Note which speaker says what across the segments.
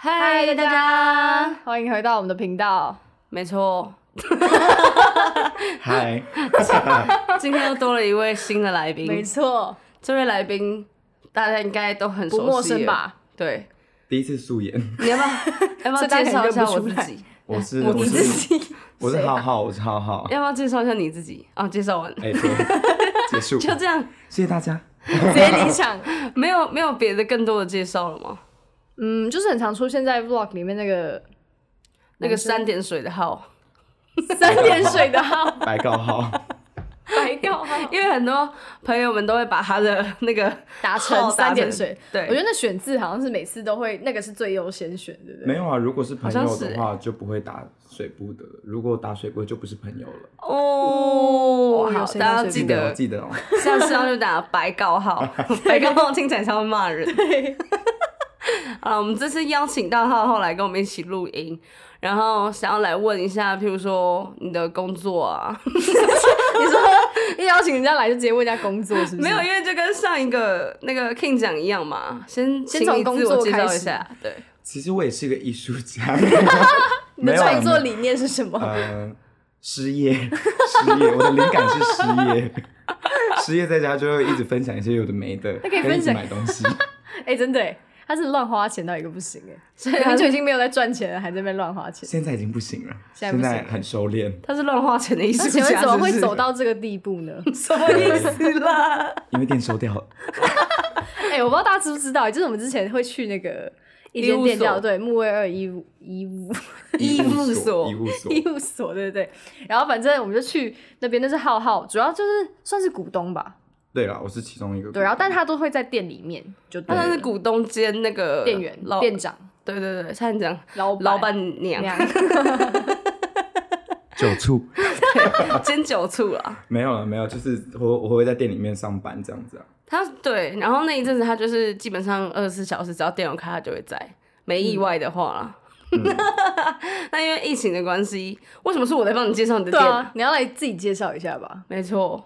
Speaker 1: 嗨，大家，
Speaker 2: 欢迎回到我们的频道。
Speaker 1: 没错，
Speaker 3: 嗨，
Speaker 1: 今天又多了一位新的来宾。
Speaker 2: 错，
Speaker 1: 这位来宾大家应该都很熟
Speaker 2: 不
Speaker 1: 悉，
Speaker 2: 陌生？ 吧？
Speaker 1: 对，
Speaker 3: 第一次素颜，
Speaker 1: 你要 不要要不要
Speaker 2: 这大家
Speaker 1: 介绍一下
Speaker 2: 可
Speaker 1: 我
Speaker 2: 能认不出
Speaker 1: 自
Speaker 2: 来
Speaker 1: 己？
Speaker 3: 我是
Speaker 2: 你
Speaker 3: 我
Speaker 2: 自
Speaker 3: 是
Speaker 2: 己
Speaker 3: 我
Speaker 2: 啊
Speaker 3: 是浩浩，我是浩浩。
Speaker 1: 要不要介绍一下你自己？啊，介绍完了，
Speaker 3: 哎，对， 结束，
Speaker 1: 就这样，
Speaker 3: 谢谢大家。
Speaker 2: 直接离场。
Speaker 1: 没有没有别的更多的介绍了吗？
Speaker 2: 嗯，就是很常出现在 vlog 里面那个
Speaker 1: 那个三点水的号，
Speaker 2: 三点水的号
Speaker 3: 白高浩，
Speaker 2: 白告号，
Speaker 1: 因为很多朋友们都会把他的那个
Speaker 2: 达
Speaker 1: 号
Speaker 2: 成三点水。
Speaker 1: 对，
Speaker 2: 我觉得那选字好像是每次都会，那个是最优先选，对不对？
Speaker 3: 没有啊，如果是朋
Speaker 1: 好
Speaker 3: 友
Speaker 1: 像是
Speaker 3: 的话，就不会打水部的；如果打水部就不是朋友了。
Speaker 1: 哦，
Speaker 2: 哦
Speaker 1: 好
Speaker 2: 有，谁
Speaker 1: 大家
Speaker 2: 到
Speaker 1: 要
Speaker 2: 水
Speaker 1: 记
Speaker 2: 部
Speaker 1: 得
Speaker 3: 哦记得哦。
Speaker 1: 像是上就打白告号，白告号听起来像会骂人。 啊，我们这次邀请到浩浩来跟我们一起录音，然后想要来问一下，譬如说你的工作啊，
Speaker 2: 嗯你说一邀请人家来就直接问人家工作是不是？
Speaker 1: 没有，，啊因为就跟上一个那个 King 讲一样嘛，先
Speaker 2: 先
Speaker 1: 请
Speaker 2: 从
Speaker 1: 你
Speaker 2: 工
Speaker 1: 自我
Speaker 2: 作
Speaker 1: 介绍
Speaker 2: 开
Speaker 1: 一
Speaker 2: 始
Speaker 1: 下，对，
Speaker 3: 其实我也是个艺术 家，
Speaker 2: 你的
Speaker 3: 没有啊
Speaker 2: 创作理念是什么？
Speaker 3: 嗯，失业，失业，我的灵感是 失业。失业在家就会一直分享一些有的没的，
Speaker 2: 可以
Speaker 3: 跟一
Speaker 2: 分
Speaker 3: 直
Speaker 2: 享
Speaker 3: 买东西。
Speaker 2: 哎，真的耶，他是乱花钱到一个不行哎，
Speaker 1: 所以
Speaker 2: 明
Speaker 1: 他
Speaker 2: 明
Speaker 1: 就
Speaker 2: 就已经没有在赚钱了，还在那边乱花钱。
Speaker 3: 现在已经不行了，
Speaker 2: 现在不
Speaker 3: 现
Speaker 2: 行了
Speaker 3: 在很收敛，
Speaker 1: 他是乱花钱的艺术
Speaker 2: 那
Speaker 1: 家，
Speaker 2: 请问怎么会
Speaker 1: 是不是
Speaker 2: 走到这个地步呢？
Speaker 1: 什么意思啦？
Speaker 3: 因为店收掉了。
Speaker 2: 哎、我不知道大家知不知道，就是我们之前会去那个一间店
Speaker 1: 医务
Speaker 2: 叫
Speaker 1: 所
Speaker 2: 对木卫二医务医务
Speaker 1: 医务
Speaker 3: 务
Speaker 1: 所
Speaker 3: 医务所，
Speaker 2: 医务所，对对对。然后反正我们就去那边，那是浩浩，主要就是算是股东吧，
Speaker 3: 对了，我是其中一个。
Speaker 2: 对。然后但他都会在店里面，就
Speaker 1: 他
Speaker 2: 对
Speaker 1: 算
Speaker 2: 了
Speaker 1: 是股东兼那个
Speaker 2: 店员、
Speaker 1: 老
Speaker 2: 店长、
Speaker 1: 对对对，差点讲
Speaker 2: 老
Speaker 1: 老板娘
Speaker 2: 娘。
Speaker 3: 酒醋
Speaker 1: 兼酒醋啦。
Speaker 3: 没有了，没有，就是我我会在店里面上班这样子啊。
Speaker 1: 他对，然后那一阵子他就是基本上二十四小时，只要电有开他就会在，没
Speaker 2: 嗯
Speaker 1: 意外的话啦。 那因为疫情的关系，为什么是我来帮你介绍你的
Speaker 2: 对
Speaker 1: 店？
Speaker 2: 啊，你要来自己介绍一下吧。
Speaker 1: 没错，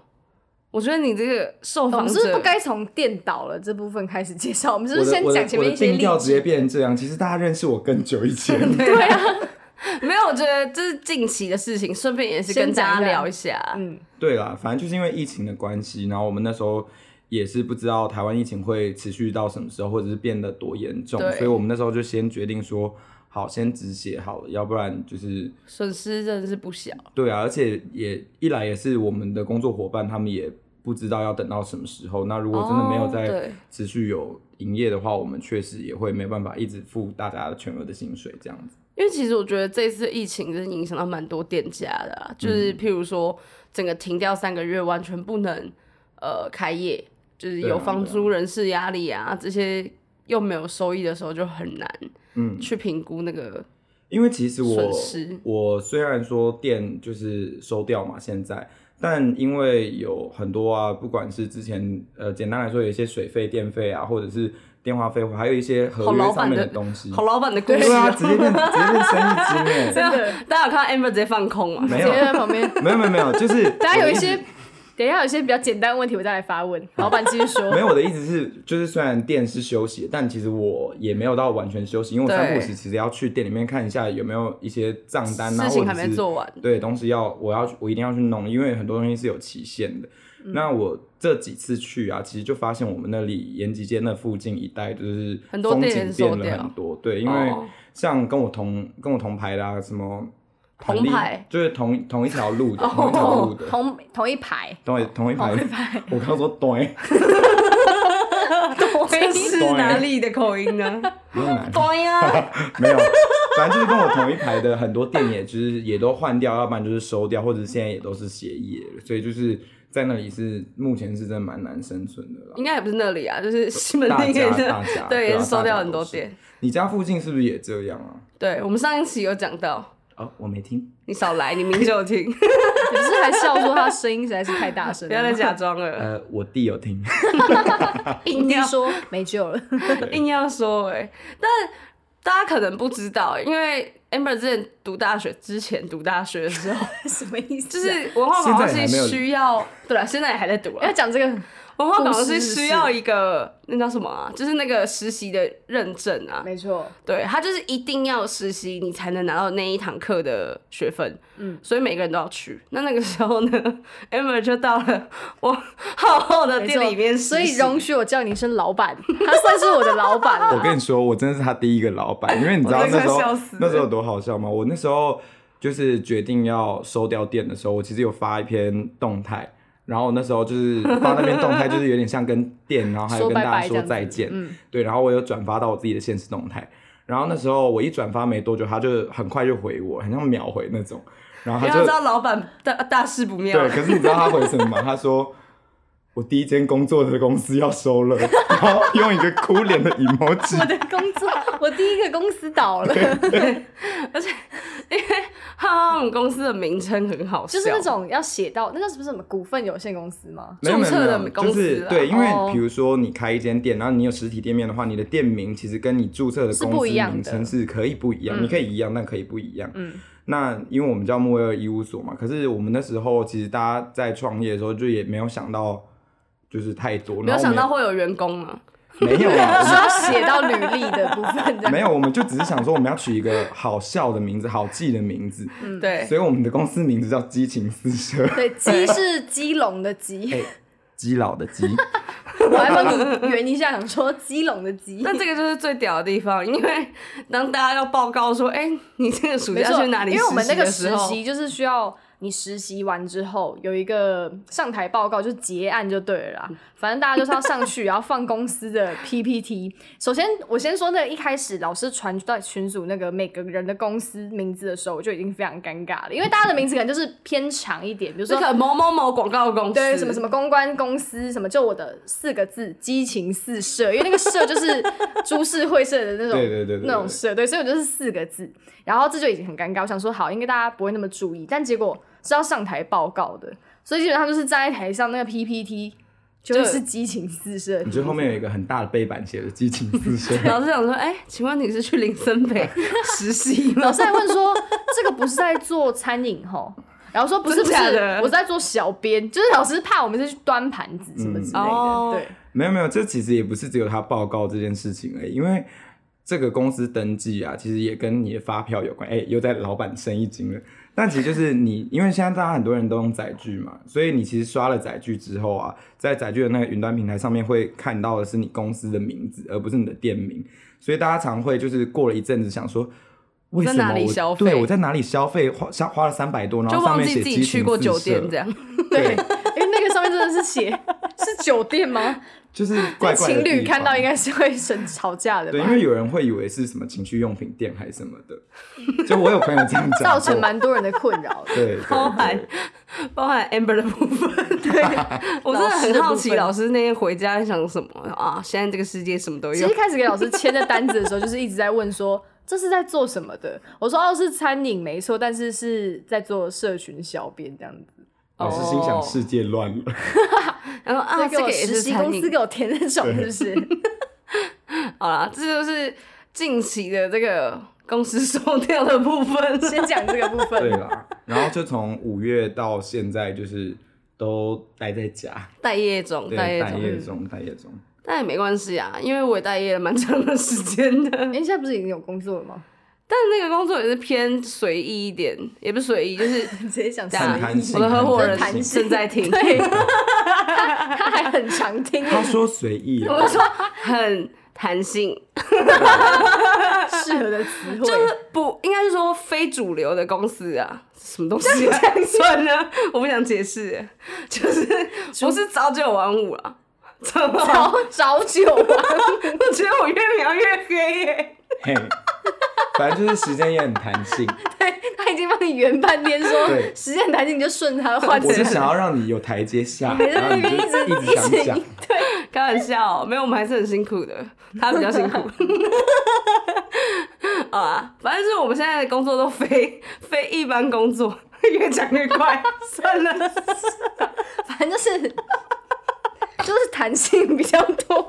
Speaker 1: 我觉得你这个受
Speaker 2: 我
Speaker 1: 访
Speaker 2: 们
Speaker 1: 者
Speaker 2: 是不是不该从店倒了这部分开始介绍？我们是不
Speaker 3: 我
Speaker 2: 是
Speaker 3: 的
Speaker 2: 先
Speaker 3: 我的
Speaker 2: 讲前
Speaker 3: 我
Speaker 2: 面
Speaker 3: 的
Speaker 2: 一些
Speaker 3: 定
Speaker 2: 例
Speaker 3: 调直接
Speaker 2: 子？
Speaker 3: 变成这样，其实大家认识我更久以前。
Speaker 2: 对啊，
Speaker 1: 没有，我觉得这是近期的事情，顺便也是跟
Speaker 2: 先讲
Speaker 1: 大
Speaker 2: 一
Speaker 1: 家
Speaker 2: 下
Speaker 1: 聊一下。
Speaker 2: 嗯，
Speaker 3: 对啦，反正就是因为疫情的关系，然后我们那时候也是不知道台湾疫情会持续到什么时候，或者是变得多严重
Speaker 1: 对，
Speaker 3: 所以我们那时候就先决定说，好，先止血好了，要不然就是
Speaker 1: 损失真的是不小，
Speaker 3: 对啊，而且也一来也是我们的工作伙伴，他们也不知道要等到什么时候。那如果真的没有
Speaker 1: 哦对
Speaker 3: 在持续有营业的话，我们确实也会没办法一直付大家的全额的薪水这样子。
Speaker 1: 因为其实我觉得这次疫情真的影响到蛮多店家的啊、
Speaker 3: 嗯
Speaker 1: 就是譬如说整个停掉三个月，完全不能呃开业，就是
Speaker 3: 对啊
Speaker 1: 有房
Speaker 3: 对啊
Speaker 1: 租、人事压力啊这些又没有收益的时候，就很难
Speaker 3: 嗯，
Speaker 1: 去评估那个
Speaker 3: 因为其实我
Speaker 1: 损失
Speaker 3: 我虽然说店就是收掉嘛，现在，但因为有很多啊，不管是之前呃，简单来说有一些水费、电费啊，或者是电话费，还有一些合
Speaker 1: 好老板
Speaker 3: 约上面
Speaker 1: 的
Speaker 3: 的东西。
Speaker 1: 好老板的故事
Speaker 3: 对啊，
Speaker 1: 哦、
Speaker 3: 直接变直接变生意经哎，
Speaker 2: 真的，
Speaker 1: 大家有看到 Amber 直接放空吗？
Speaker 3: 没
Speaker 2: 啊直
Speaker 3: 有
Speaker 2: 接在旁 边。
Speaker 3: 没有没有没有， 就是
Speaker 2: 大家有
Speaker 3: 我
Speaker 2: 一
Speaker 3: 的意思
Speaker 2: 些，等一下有一些比较简单的问题，我再来发问。老板继续说。
Speaker 3: 没有，我的意思是，就是虽然店是休息，但其实我也没有到完全休息，因为我
Speaker 1: 对
Speaker 3: 三不五时其实要去店里面看一下有没有一些账单啊，
Speaker 1: 事情
Speaker 3: 或者
Speaker 1: 还没
Speaker 3: 是
Speaker 1: 做完
Speaker 3: 对，东西要我要去我一定要去弄，因为很多东西是有期限的。
Speaker 1: 嗯
Speaker 3: 那我这几次去啊，其实就发现我们那里延吉街那附近一带就是
Speaker 1: 很多
Speaker 3: 风
Speaker 1: 店
Speaker 3: 景
Speaker 1: 也收
Speaker 3: 变了
Speaker 1: 掉
Speaker 3: 很多，对，因为
Speaker 1: 哦
Speaker 3: 像跟我同跟我同排的啊，什么
Speaker 1: 同
Speaker 3: 很厉
Speaker 1: 排哦
Speaker 3: 就是同同一条 路的，同一条路的，
Speaker 2: 同同一排，
Speaker 3: 同一同一排，我刚说 对，
Speaker 1: 这是
Speaker 3: 懂欸
Speaker 1: 哪里的口音呢？
Speaker 3: 不用难。
Speaker 1: 对呀，
Speaker 3: 没有，反正就是跟我同一排的很多店，也就是也都换掉，要不然就是收掉，或者现在也都是歇业了，所以就是在那里是目前是真的蛮难生存的啦。
Speaker 1: 应该也不是那里啊，就是西门
Speaker 3: 大
Speaker 1: 町
Speaker 3: 家
Speaker 1: 也是
Speaker 3: 大家
Speaker 1: 对，也
Speaker 3: 啊
Speaker 1: 是收
Speaker 3: 大
Speaker 1: 掉
Speaker 3: 家
Speaker 1: 很多
Speaker 3: 都是
Speaker 1: 店。
Speaker 3: 你家附近是不是也这样啊？
Speaker 1: 对我们上一期有讲到，
Speaker 3: 哦，我没听，
Speaker 1: 你少来，你明明就有听，
Speaker 2: 你不是还笑说他声音实在是太大声
Speaker 1: 不
Speaker 2: 了？
Speaker 1: 要再 假装 了，
Speaker 3: 呃，我弟有听，
Speaker 1: 硬
Speaker 2: 你
Speaker 1: 要
Speaker 2: 说没救了，
Speaker 1: 硬要说哎、但大家可能不知道、欸因为 Amber 之前读大学之前读大学的时候，
Speaker 2: 什么意思啊？
Speaker 1: 就是文化保护
Speaker 3: 现在还没 有
Speaker 1: 系需要，对了，现在也还在读
Speaker 2: 要
Speaker 1: 啊。
Speaker 2: 讲这个，
Speaker 1: 文文化港
Speaker 2: 公司
Speaker 1: 是
Speaker 2: 是
Speaker 1: 需要一个那叫什么啊？就是那个实习的认证啊。
Speaker 2: 没错，
Speaker 1: 对，他就是一定要实习，你才能拿到那一堂课的学分。
Speaker 2: 嗯
Speaker 1: 嗯，所以每个人都要去。那那个时候呢 ，Emma 就到了我浩浩的
Speaker 2: 没
Speaker 1: 店
Speaker 2: 错
Speaker 1: 里面实习，
Speaker 2: 所以容许我叫你一声老板，他算是我的老板
Speaker 3: 我
Speaker 2: 了。
Speaker 3: 跟你说，我真的是他第一个老板，因为你知道
Speaker 1: 我真的
Speaker 3: 那时候
Speaker 1: 快笑死了
Speaker 3: 那时候有多好笑吗？我那时候就是决定要收掉店的时候，我其实有发一篇动态，然后那时候就是发那篇动态，就是有点像跟店，然后还有
Speaker 2: 说
Speaker 3: 跟
Speaker 2: 拜
Speaker 3: 大
Speaker 2: 拜
Speaker 3: 家
Speaker 2: 这
Speaker 3: 说
Speaker 2: 样子
Speaker 3: 再见，
Speaker 2: 嗯，
Speaker 3: 对，然后我有转发到我自己的现实动态，然后那时候我一转发没多久，他就很快就回我，很像秒回那种，然
Speaker 1: 因
Speaker 3: 后
Speaker 1: 为
Speaker 3: 他
Speaker 1: 他
Speaker 3: 就
Speaker 1: 知道老板大大事不妙
Speaker 3: 对，。可是你知道他回什么吗？他说我第一间工作的公司要收了，然后用一个哭脸的 emoji，
Speaker 2: 我的工作，我第一个公司倒了，
Speaker 1: 浩浩，我们公司的名称很好笑，
Speaker 2: 就是那种要写到，那叫什么什么股份有限公司吗？
Speaker 3: 没有
Speaker 1: 注
Speaker 3: 没有
Speaker 1: 册
Speaker 3: 没
Speaker 1: 的
Speaker 3: 有
Speaker 1: 公
Speaker 3: 就
Speaker 1: 司
Speaker 3: 是
Speaker 1: 啊
Speaker 3: 对，因
Speaker 2: 哦
Speaker 3: 为比如说你开一间店，然后你有实体店面的话，你的店名其实跟你注册的
Speaker 2: 是
Speaker 3: 公
Speaker 2: 不
Speaker 3: 司
Speaker 2: 一样
Speaker 3: 名
Speaker 2: 的
Speaker 3: 称是可以不一样，
Speaker 2: 嗯
Speaker 3: 你可以一样，但可以不一样。
Speaker 2: 嗯，
Speaker 3: 那因为我们叫莫威尔医务所嘛，可是我们那时候其实大家在创业的时候就也没有想到。就是太多，
Speaker 1: 没有
Speaker 3: 然后
Speaker 1: 想到
Speaker 3: 我
Speaker 1: 会有员工啊。
Speaker 3: 们也 没有啊，我
Speaker 2: 是 要
Speaker 3: 们
Speaker 2: 写到履历的部分的。
Speaker 3: 没有，我们就只是想说我们要取一个好笑的名字、好记的名字，
Speaker 2: 嗯
Speaker 1: 对，
Speaker 3: 所以我们的公司名字叫激情四射，
Speaker 2: 对，鸡是基隆的鸡，
Speaker 3: 基佬的基。
Speaker 2: 我还帮你圆一下，想说基隆的鸡。
Speaker 1: 但这个就是最屌的地方，因为当大家要报告说，哎、你这个暑
Speaker 2: 没
Speaker 1: 假
Speaker 2: 错，
Speaker 1: 去哪里
Speaker 2: 因为我们那
Speaker 1: 的
Speaker 2: 个
Speaker 1: 时
Speaker 2: 实
Speaker 1: 候，
Speaker 2: 习就是需要你实习完之后有一个上台报告，就结案就对了啦。
Speaker 1: 嗯
Speaker 2: 反正大家就是要上去， 然后放公司的 PPT。首先，我先说那个一开始老师传到群组那个每个人的公司名字的时候，我就已经非常尴尬了，因为大家的名字可能就是偏长一点，比如
Speaker 1: 这
Speaker 2: 说。
Speaker 1: 个某某某广告公司，
Speaker 2: 对，什么什么公关公司，什么就我的四个字，激情四射，因为那个射就是株式会社的那种，
Speaker 3: 对对对对对
Speaker 2: 那种射，对，所以我就是四个字，然后这就已经很尴尬，我想说好，应该大家不会那么注意，但结果是要上台报告的，所以基本上就是站在台上那个 PPT 就是激情四射
Speaker 3: 你，觉得后面有一个很大的背板写的激情四射，
Speaker 1: 老师想说，哎、请问你是去林 森北实习吗？
Speaker 2: 老师还问说这个不是在做餐饮吼。然后说不是不
Speaker 1: 真假
Speaker 2: 是
Speaker 1: 的，
Speaker 2: 我是在做小编，就是老师怕我们是去端盘子什么之类的，
Speaker 1: 嗯哦
Speaker 2: 对，
Speaker 3: 没有没有，这其实也不是只有他报告这件事情而已，因为这个公司登记啊，其实也跟你的发票有关。哎、又在老板生意经了。但其实就是你，因为现在大家很多人都用载具嘛，所以你其实刷了载具之后啊，在载具的那个云端平台上面会看到的是你公司的名字，而不是你的店名。所以大家常会就是过了一阵子想说。为什么
Speaker 1: 在哪里
Speaker 3: 我
Speaker 1: 啊消费
Speaker 3: 对，我在哪里消费花消花了三百多，然
Speaker 1: 就
Speaker 3: 后上
Speaker 1: 忘
Speaker 3: 面
Speaker 1: 记
Speaker 3: 写
Speaker 1: 自
Speaker 3: 激
Speaker 1: 己
Speaker 3: 情
Speaker 1: 去过
Speaker 3: 四
Speaker 1: 酒
Speaker 3: 射
Speaker 1: 店这，样。
Speaker 3: 对，
Speaker 2: 因为那个上面真的是写 是酒店吗？
Speaker 3: 就是怪怪的
Speaker 2: 情侣
Speaker 3: 地
Speaker 2: 看到
Speaker 3: 方
Speaker 2: 应该是会生吵架的
Speaker 3: 对，因
Speaker 2: 吧？
Speaker 3: 为有人会以为是什么情趣用品店还是什么的，就我有朋友这样讲过，
Speaker 2: 造成蛮多人的困扰 的。
Speaker 3: 对，对
Speaker 1: 包含
Speaker 3: 对
Speaker 1: 包含 Amber 的部分， 对我真的很好奇，老师那天回家在想什么啊？现在这个世界什么都
Speaker 2: 其
Speaker 1: 有
Speaker 2: 实一，开始给老师签的单子的时候，就是一直在问说这是在做什么的。我说哦是餐饮没错，但是是在做社群小编这样子。
Speaker 3: 老师心想世界乱
Speaker 2: 哦
Speaker 3: 了，
Speaker 1: 然后
Speaker 2: 所
Speaker 1: 啊，
Speaker 2: 以
Speaker 1: 这
Speaker 2: 给我
Speaker 1: 个也
Speaker 2: 实
Speaker 1: 是
Speaker 2: 习
Speaker 1: 餐
Speaker 2: 公司
Speaker 1: 饮
Speaker 2: 给我填那种是不是？
Speaker 1: 好啦，这就是近期的这个公司收掉的部分。
Speaker 2: 先讲这个部
Speaker 3: 对
Speaker 2: 分。
Speaker 3: 啦。然后就从五月到现在，就是都待在家，
Speaker 1: 待业中，
Speaker 3: 对，
Speaker 1: 待业
Speaker 3: 待
Speaker 1: 中，
Speaker 3: 业
Speaker 2: 嗯
Speaker 3: 中，待业中。
Speaker 1: 但也没关系啊，因为我也待业了蛮长的时间的。
Speaker 2: 哎，现在不是已经有工作了吗？
Speaker 1: 但那个工作也是偏随意一点，也不是随意，就是
Speaker 2: 直接想
Speaker 1: 这样
Speaker 3: 很 弹性
Speaker 1: 我的合伙人
Speaker 2: 很弹性
Speaker 1: 正在听，
Speaker 2: 对，他他还很常 听，
Speaker 3: 他说随 意
Speaker 1: 我
Speaker 3: 哦，
Speaker 1: 说很弹性，
Speaker 2: 适合的词汇。
Speaker 1: 就是不应该是说非主流的公司啊，什么东西啊、这样算呢？我不想解释，就是不是早九晚五啊。怎么？我
Speaker 2: 早早九晚
Speaker 1: 觉 得我越描越黑耶、
Speaker 3: 嘿，反正就是时间也很弹 性。
Speaker 2: 对，他已经帮你圆半天说
Speaker 3: 对
Speaker 2: 时间弹性，你就顺他换成。
Speaker 3: 我是想要让你有台阶下，
Speaker 2: 你在
Speaker 3: 然后
Speaker 2: 那
Speaker 3: 你就
Speaker 2: 边一直
Speaker 3: 一直想讲
Speaker 2: 一直，对，
Speaker 1: 开玩笑、没有，我们还是很辛苦的，他比较辛苦。 好啊，反正就是我们现在的工作都非 非一般工作， 越讲越快， 算了。
Speaker 2: 反正就是就是弹性比较多。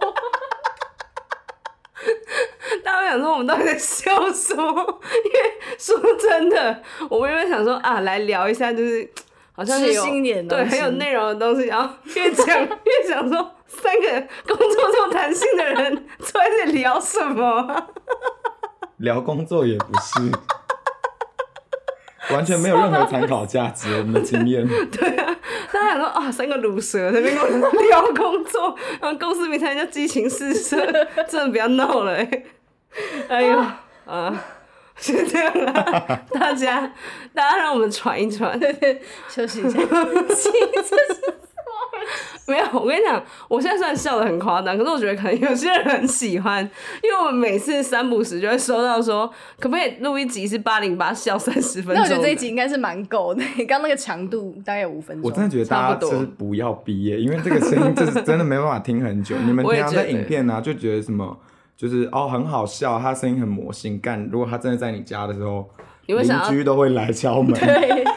Speaker 1: 大家会想说我们到底在笑什么？ 因为说真的，我们原本想说啊，来聊一下，就是好像有
Speaker 2: 知性一点的
Speaker 1: 对
Speaker 2: 东西
Speaker 1: 很有内容的东西，然后越讲越想说三个工作这么弹性的人坐在这里聊什么啊？
Speaker 3: 聊工作也不是，完全没有任何参考价值。我们的经 验，
Speaker 1: 大家想说啊，三个卤蛇在那边跟我聊工作，然后公司名称叫激情四射，真的不要闹了、欸。哎呦啊，是这样啦，大家大家让我们喘一喘。
Speaker 2: 休息一下，这是
Speaker 1: 没有，我跟你讲，我现在虽然笑得很夸张，可是我觉得可能有些人很喜欢，因为我们每次三不时就会收到说，可不可以录一集是八零八笑三十分
Speaker 2: 那
Speaker 1: 钟的？
Speaker 2: 我觉得这一集应该是蛮够的，刚刚那个长度大概有五分钟。
Speaker 3: 我真的觉得
Speaker 1: 差
Speaker 3: 大家
Speaker 1: 不多
Speaker 3: 就是不要毕业，因为这个声音就是真的没办法听很 久。你们
Speaker 1: 我
Speaker 3: 平
Speaker 1: 也
Speaker 3: 常在
Speaker 1: 觉得
Speaker 3: 影片啊，就觉得什么就是哦很好笑，他声音很魔性。干，如果他真的在你家的时候，
Speaker 1: 你会
Speaker 3: 邻
Speaker 1: 想要
Speaker 3: 居都会来敲门。
Speaker 2: 对，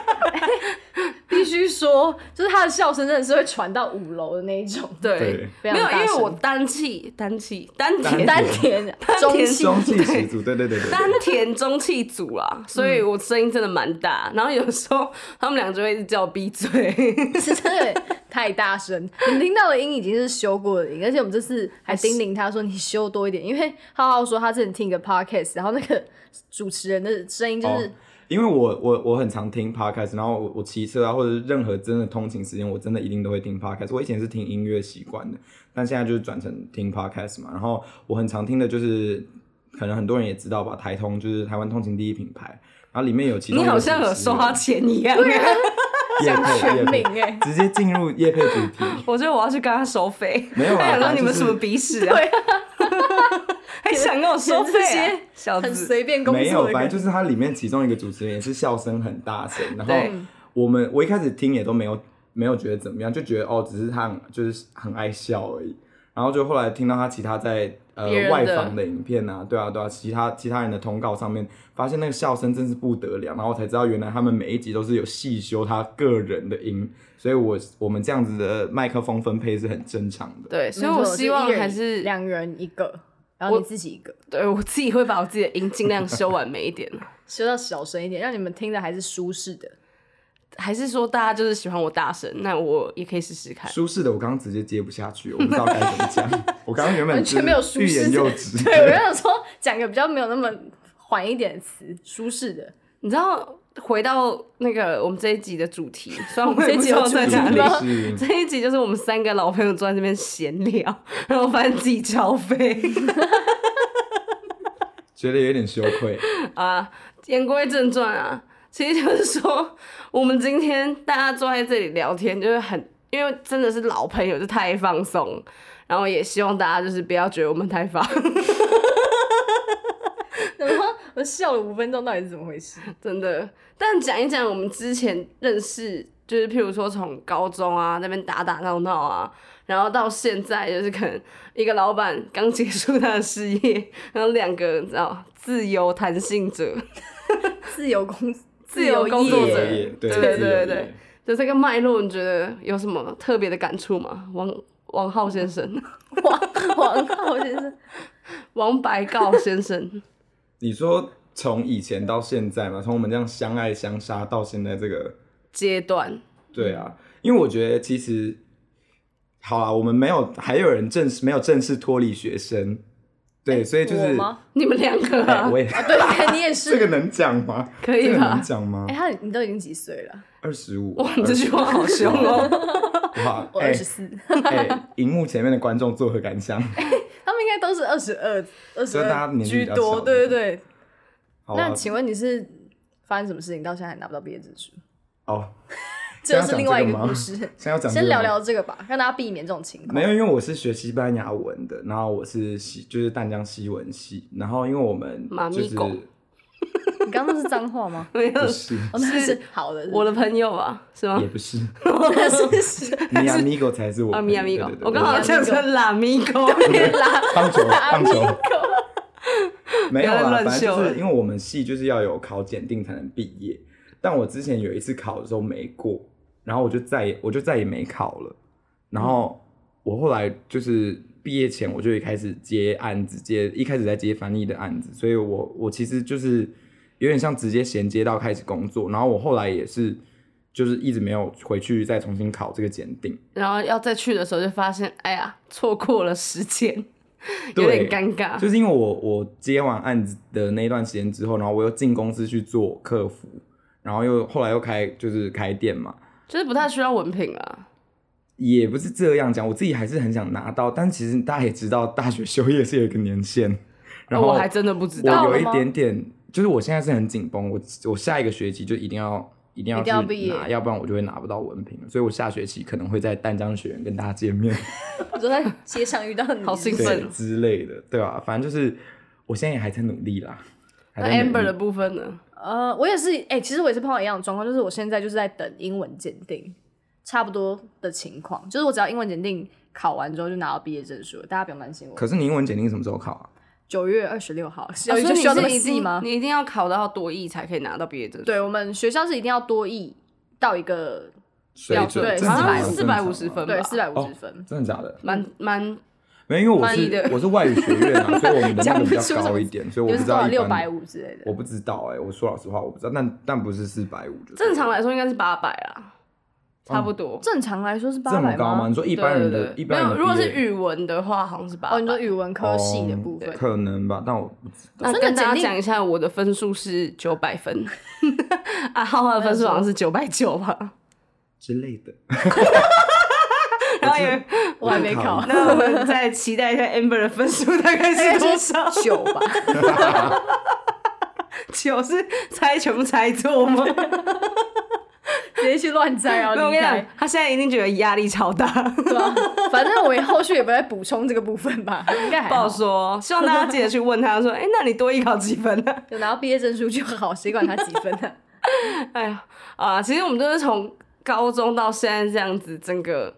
Speaker 2: 必须说，就是他的笑声真的是会传到五楼的那一种，
Speaker 1: 对
Speaker 3: 对，
Speaker 2: 非
Speaker 1: 没
Speaker 2: 常
Speaker 1: 有，
Speaker 2: 大
Speaker 1: 因为
Speaker 2: 声
Speaker 1: 我单气、单气、单
Speaker 3: 单
Speaker 1: 田、
Speaker 2: 丹田中气
Speaker 3: 中气十足，对对对对，
Speaker 1: 丹田中气组啊，所以我声音真的蛮大。然后有时候他们俩就会一直叫我闭嘴，
Speaker 2: 是真的太大 声，你听到的音已经是修过的音，而且我们这次还叮咛他说你修多一点，因为浩浩说他之前听一个 podcast，然后那个主持人的声音就是
Speaker 3: 哦。因为我我我很常听 podcast，然后我我骑车啊，或者是任何真的通勤时间，我真的一定都会听 podcast。我以前是听音乐习惯的，但现在就是转成听 podcast 嘛。然后我很常听的就是，可能很多人也知道吧，台通就是台湾通勤第一品牌，然后里面有其中
Speaker 1: 你
Speaker 3: 一个
Speaker 1: 好像有
Speaker 3: 主持
Speaker 1: 收他
Speaker 3: 人
Speaker 1: 钱一样。
Speaker 3: 业配
Speaker 2: 全
Speaker 3: 业配
Speaker 2: 名欸
Speaker 3: 直接进入夜配主题，
Speaker 1: 我觉得我要去跟他收费。
Speaker 3: 没有啊
Speaker 1: 他想说你们
Speaker 3: 就是
Speaker 1: 什么鼻屎啊？还想跟我收费
Speaker 2: 这
Speaker 1: 啊
Speaker 2: 些？
Speaker 1: 小
Speaker 2: 很
Speaker 1: 子，
Speaker 2: 随便 工
Speaker 3: 没有
Speaker 2: 作，的
Speaker 3: 反
Speaker 2: 感
Speaker 3: 正
Speaker 2: 觉，
Speaker 3: 就是它里面其中一个主持人也是笑声很 大声，然后
Speaker 1: 对
Speaker 3: 我们我一开始听也都没有没有觉得怎么样，就觉得哦，只是他很就是很爱笑而已。然后就后来听到他其他在呃
Speaker 1: 别人的
Speaker 3: 外访的影片啊，对啊对啊，其他其他人的通告上面发现那个笑声真是不得了，然后我才知道原来他们每一集都是有细修他个人的音，所以我我们这样子的麦克风分配是很正常的。
Speaker 1: 对，所以
Speaker 2: 没
Speaker 1: 我
Speaker 2: 错
Speaker 1: 希望
Speaker 2: 一人
Speaker 1: 还是
Speaker 2: 两人一个，然后你自己一个，
Speaker 1: 对我自己会把我自己的音尽量修完美一点。
Speaker 2: 修到小声一点，让你们听的还是舒适 的。
Speaker 1: 还是说大家就是喜欢我大声，那我也可以试试看。
Speaker 3: 舒适的，我刚刚直接接不下去，我不知道该怎么 讲。我刚刚原本
Speaker 2: 完全没有舒
Speaker 3: 欲
Speaker 2: 适
Speaker 3: 言又
Speaker 2: 的
Speaker 3: 止，，
Speaker 2: 对我就想说讲个比较没有那么缓一点的词，舒适的。
Speaker 1: 你知道，回到那个我们这一集的主题，虽然我
Speaker 2: 这
Speaker 1: 也
Speaker 2: 一
Speaker 1: 不
Speaker 2: 集
Speaker 1: 知
Speaker 2: 有
Speaker 1: 道在
Speaker 2: 主题
Speaker 1: 哪里，
Speaker 2: 吗
Speaker 3: 是
Speaker 1: 这一集就是我们三个老朋友坐在这边闲聊， 然后发现自己超废
Speaker 3: 觉得有点羞 愧。
Speaker 1: 啊。 言归正传啊，其实就是说，我们今天大家坐在这里聊天，就是很，因为真的是老朋友，就太放松。然后也希望大家就是不要觉得我们太放，
Speaker 2: 然后我笑了五分钟，到底是怎么回事？
Speaker 1: 真的。但讲一讲我们之前认识，就是譬如说从高中啊那边打打闹闹啊，然后到现在就是可能一个老板刚结束他的事业，然后两个你知道自由弹性者，
Speaker 2: 自由工
Speaker 1: 自由工作
Speaker 2: 业
Speaker 1: 者
Speaker 3: 业，
Speaker 1: 对
Speaker 3: 对自由业
Speaker 1: 对对就这个脉络，你觉得有什么特别的感触吗？王王浩先生，
Speaker 2: 王王浩先生，
Speaker 1: 王白告先生，
Speaker 3: 你说从以前到现在嘛，从我们这样相爱相杀到现在这个，
Speaker 1: 阶段
Speaker 3: 对啊，因为我觉得其实，好啦，我们没有还有人正式没有正式脱离学生，对，所以就
Speaker 2: 哎我
Speaker 3: 是
Speaker 2: 吗？
Speaker 1: 你们两个、
Speaker 3: 哎
Speaker 1: 啊
Speaker 3: 我也
Speaker 2: 对，你也
Speaker 3: 这
Speaker 2: 是。
Speaker 3: 个能讲吗？
Speaker 1: 可以
Speaker 3: 这个
Speaker 1: 吧
Speaker 3: 能讲吗
Speaker 2: 哎，？他你都已经几岁了？
Speaker 3: 二十 五，
Speaker 1: 哇，你这句话好凶 哦！
Speaker 3: 哇，
Speaker 2: 我
Speaker 3: 哎
Speaker 2: 二十四，
Speaker 3: 哎，荧幕前面的观众作何感想？
Speaker 2: 他们应该都是二十二、二十
Speaker 3: 所以大家
Speaker 2: 二
Speaker 3: 年纪
Speaker 2: 居
Speaker 3: 比较
Speaker 2: 多。
Speaker 3: 小
Speaker 2: 对对对。
Speaker 3: 好啊
Speaker 2: 那请问你是发生什么事情到现在还拿不到毕业证书？
Speaker 3: 哦，
Speaker 2: 这又是另外一
Speaker 3: 现在
Speaker 2: 个故事。
Speaker 3: 要讲这个吗先要讲 这
Speaker 2: 先
Speaker 3: 个
Speaker 2: 聊
Speaker 3: 吗
Speaker 2: 聊这个吧，让大家避免这种情况。
Speaker 3: 没有，因为我是学西班牙文的，然后我是西就是淡江西文系，然后因为我们
Speaker 1: 妈咪
Speaker 3: 就是
Speaker 1: 狗？
Speaker 2: 你刚刚那是脏话吗
Speaker 1: 没有
Speaker 3: 不，是
Speaker 2: 哦，那
Speaker 1: 是
Speaker 2: 是好的，
Speaker 1: 我的朋友啊，是吗
Speaker 3: 也？不是，
Speaker 2: 那是 是
Speaker 3: 米阿米狗才是我
Speaker 1: 啊，
Speaker 3: 朋友
Speaker 1: 咪呀咪狗
Speaker 3: 对对，对
Speaker 1: 我刚好像成拉咪狗，
Speaker 2: 拉
Speaker 3: 棒 球棒球没有
Speaker 1: 不要再
Speaker 3: 啦，
Speaker 1: 乱
Speaker 3: 反正
Speaker 1: 秀
Speaker 3: 就
Speaker 1: 了
Speaker 3: 是因为我们系就是要有考检定才能毕业，但我之前有一次考的时候没过，然后我就再也我就再也没考了，然
Speaker 1: 嗯
Speaker 3: 后我后来就是毕业前我就也开始接案子，接一开始在接翻译的案子，所以我我其实就是有点像直接衔接到开始工作，然后我后来也是。就是一直没有回去再重新考这个检定。
Speaker 1: 然后要再去的时候就发现，哎呀，错过了时间，有
Speaker 3: 对
Speaker 1: 点尴尬。
Speaker 3: 就是因为我我接完案子的那一段时间之后，然后我又进公司去做客服，然后又后来又开就是开店嘛，
Speaker 1: 就是不太需要文凭啊，
Speaker 3: 也不是这样讲，我自己还是很想拿到，但其实大家也知道，大学修业是有一个年限，然后
Speaker 1: 我还真的不知
Speaker 3: 我
Speaker 1: 道。
Speaker 3: 有
Speaker 2: 了
Speaker 3: 一
Speaker 2: 吗
Speaker 3: 点点，就是我现在是很紧绷，我我下一个学期就一定要一定要
Speaker 2: 一
Speaker 3: 去
Speaker 2: 定要毕业
Speaker 3: 拿，要不然我就会拿不到文凭了，所以我下学期可能会在淡江学院跟大家见面。
Speaker 4: 我就在街上遇到你，
Speaker 1: 好兴 奋
Speaker 3: 对之类的，对吧、反正就是我现在也还在努力啦。还
Speaker 1: 那
Speaker 3: 在努
Speaker 1: Amber
Speaker 3: 力
Speaker 1: 的部分呢？
Speaker 2: 呃，我也是，哎、其实我也是碰到一样的状况，就是我现在就是在等英文检定，差不多的情况，就是我只要英文检定考完之后就拿到毕业证书了，大家不用担心我。
Speaker 3: 可是你英文检定什么时候考啊？
Speaker 2: 九月二十六号，
Speaker 1: 啊
Speaker 2: 有
Speaker 1: 所以
Speaker 2: 就
Speaker 1: 你
Speaker 2: 需要这么
Speaker 1: 是一
Speaker 2: 细
Speaker 1: 定
Speaker 2: 吗？
Speaker 1: 你一定要考到多译才可以拿到毕业证书。
Speaker 2: 对我们学校是一定要多译到一个
Speaker 3: 水
Speaker 2: 要
Speaker 3: 准
Speaker 2: 对
Speaker 3: 正常
Speaker 2: 450
Speaker 3: 吗
Speaker 1: 四百五十，分吧，
Speaker 2: 对四百五
Speaker 3: 哦
Speaker 2: 十分，
Speaker 3: 正常真的假的？
Speaker 1: 蛮蛮
Speaker 3: 没有，因为我
Speaker 1: 翻译的
Speaker 3: 是我是外语学院啊，所以我们的 那
Speaker 2: 讲
Speaker 3: 个
Speaker 2: 不
Speaker 3: 比
Speaker 2: 出
Speaker 3: 较
Speaker 2: 什么
Speaker 3: 高一点，所以
Speaker 2: 你们
Speaker 3: 我不
Speaker 2: 是
Speaker 3: 知
Speaker 2: 多
Speaker 3: 道
Speaker 2: 少
Speaker 3: 一
Speaker 2: 六
Speaker 3: 般
Speaker 2: 百，五之类的。
Speaker 3: 我不知道哎、我说老实话我不知道，但但不是四百五，
Speaker 1: 正常来说应该是八百啦，差不多。
Speaker 2: 正常来说是八
Speaker 3: 这么
Speaker 2: 百
Speaker 3: 高吗？你？说哦一
Speaker 1: 一
Speaker 3: 般人的，一
Speaker 1: 没
Speaker 3: 般人
Speaker 1: 有，
Speaker 3: 的
Speaker 1: 如果是
Speaker 3: 毕业
Speaker 1: 语文的话，好像是八百。
Speaker 2: 哦，你说语文科系的
Speaker 1: 哦
Speaker 2: 部分
Speaker 3: 嗯，可能吧，但我不知道。
Speaker 1: 那
Speaker 2: 真的
Speaker 1: 跟大
Speaker 2: 检
Speaker 1: 家
Speaker 2: 定
Speaker 1: 讲一下，我的分数是九百分， 啊，浩浩的分数好像是九百九吧。
Speaker 3: 之 类的。
Speaker 1: 然后也，
Speaker 2: 我还没考。
Speaker 1: 那我们再期待一下 Amber 的分数大概是多少？
Speaker 2: 九吧，
Speaker 1: 九是猜全部猜错 吗？
Speaker 2: 直接去乱猜，然后
Speaker 1: 没有我跟
Speaker 2: 离
Speaker 1: 哦你讲
Speaker 2: 开。，
Speaker 1: 他现在一定觉得压力超大。
Speaker 2: 对啊，反正我也后续也不会补充这个部分吧， 应该还
Speaker 1: 不好
Speaker 2: 好。
Speaker 1: 说， 希望大家记得去问他说，哎、那你多艺考几分啊呢、
Speaker 2: 有拿到毕业证书就好，谁管他几分啊呢、
Speaker 1: 哎呀，啊，其实我们就是从高中到现在这样子整个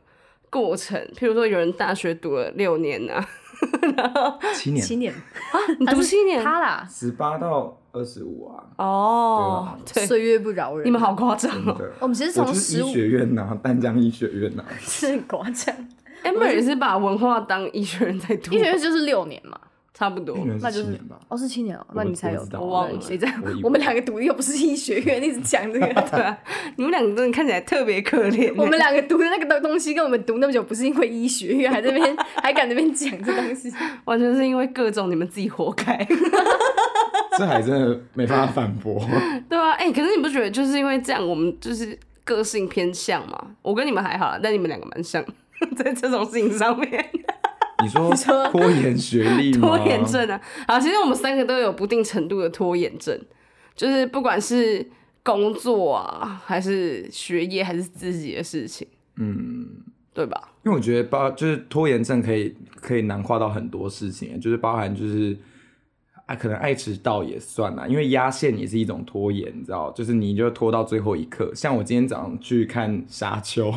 Speaker 1: 过程，譬如说有人大学读了六年 呢、啊，
Speaker 3: 七 年，
Speaker 2: 七年，
Speaker 1: 你
Speaker 2: 他
Speaker 1: 读
Speaker 2: 啊是
Speaker 1: 七年
Speaker 2: 他啦，
Speaker 3: 十八到二十五啊，
Speaker 1: 哦，对，
Speaker 2: 岁月不饶人。
Speaker 1: 你们好，夸张
Speaker 3: 真
Speaker 1: 哦
Speaker 3: 的。
Speaker 2: 我们其实
Speaker 3: 我
Speaker 2: 从
Speaker 3: 就是
Speaker 2: 十五
Speaker 3: 医学院呐、淡江医学院 啊呐、
Speaker 2: 是很夸张，
Speaker 1: ，amber 也是把文化当医学人在读，
Speaker 2: 嗯医学院就是六年嘛，
Speaker 1: 差不多
Speaker 3: 医学，院
Speaker 2: 那
Speaker 3: 是
Speaker 2: 就
Speaker 3: 七
Speaker 2: 是
Speaker 3: 年吧？
Speaker 2: 哦是七年哦，
Speaker 3: 我
Speaker 2: 那你才有
Speaker 3: 我不知道
Speaker 1: 我忘了
Speaker 2: 谁在
Speaker 3: 我以为
Speaker 2: 我们两个读又不是医学院，一直讲这 个。
Speaker 1: 对啊，你们两个真的看起来特别可怜、欸
Speaker 2: 我们两个读的那个东东西，跟我们读那么久，不是因为医学院，还在那边 还敢那边讲这东西，
Speaker 1: 完全是因为各种你们自己活该。
Speaker 3: 这还真的没办法反驳。
Speaker 1: 对啊，哎、可是你不觉得就是因为这样，我们就是个性偏向吗？我跟你们还好啦，但你们两个蛮像， 在这种事情上面
Speaker 3: 你说
Speaker 2: 说
Speaker 3: 拖延学历吗？
Speaker 1: 拖延症啊。好，其实我们三个都有不定程度的拖延症，就是不管是工作啊，还是学业，还是自己的事情，
Speaker 3: 嗯，
Speaker 1: 对吧？
Speaker 3: 因为我觉得包就是拖延症可以可以囊括到很多事情，就是包含就是啊，可能爱迟到也算啦，因为压线也是一种拖延，你知道，就是你就拖到最后一刻。像我今天早上去看《沙丘》，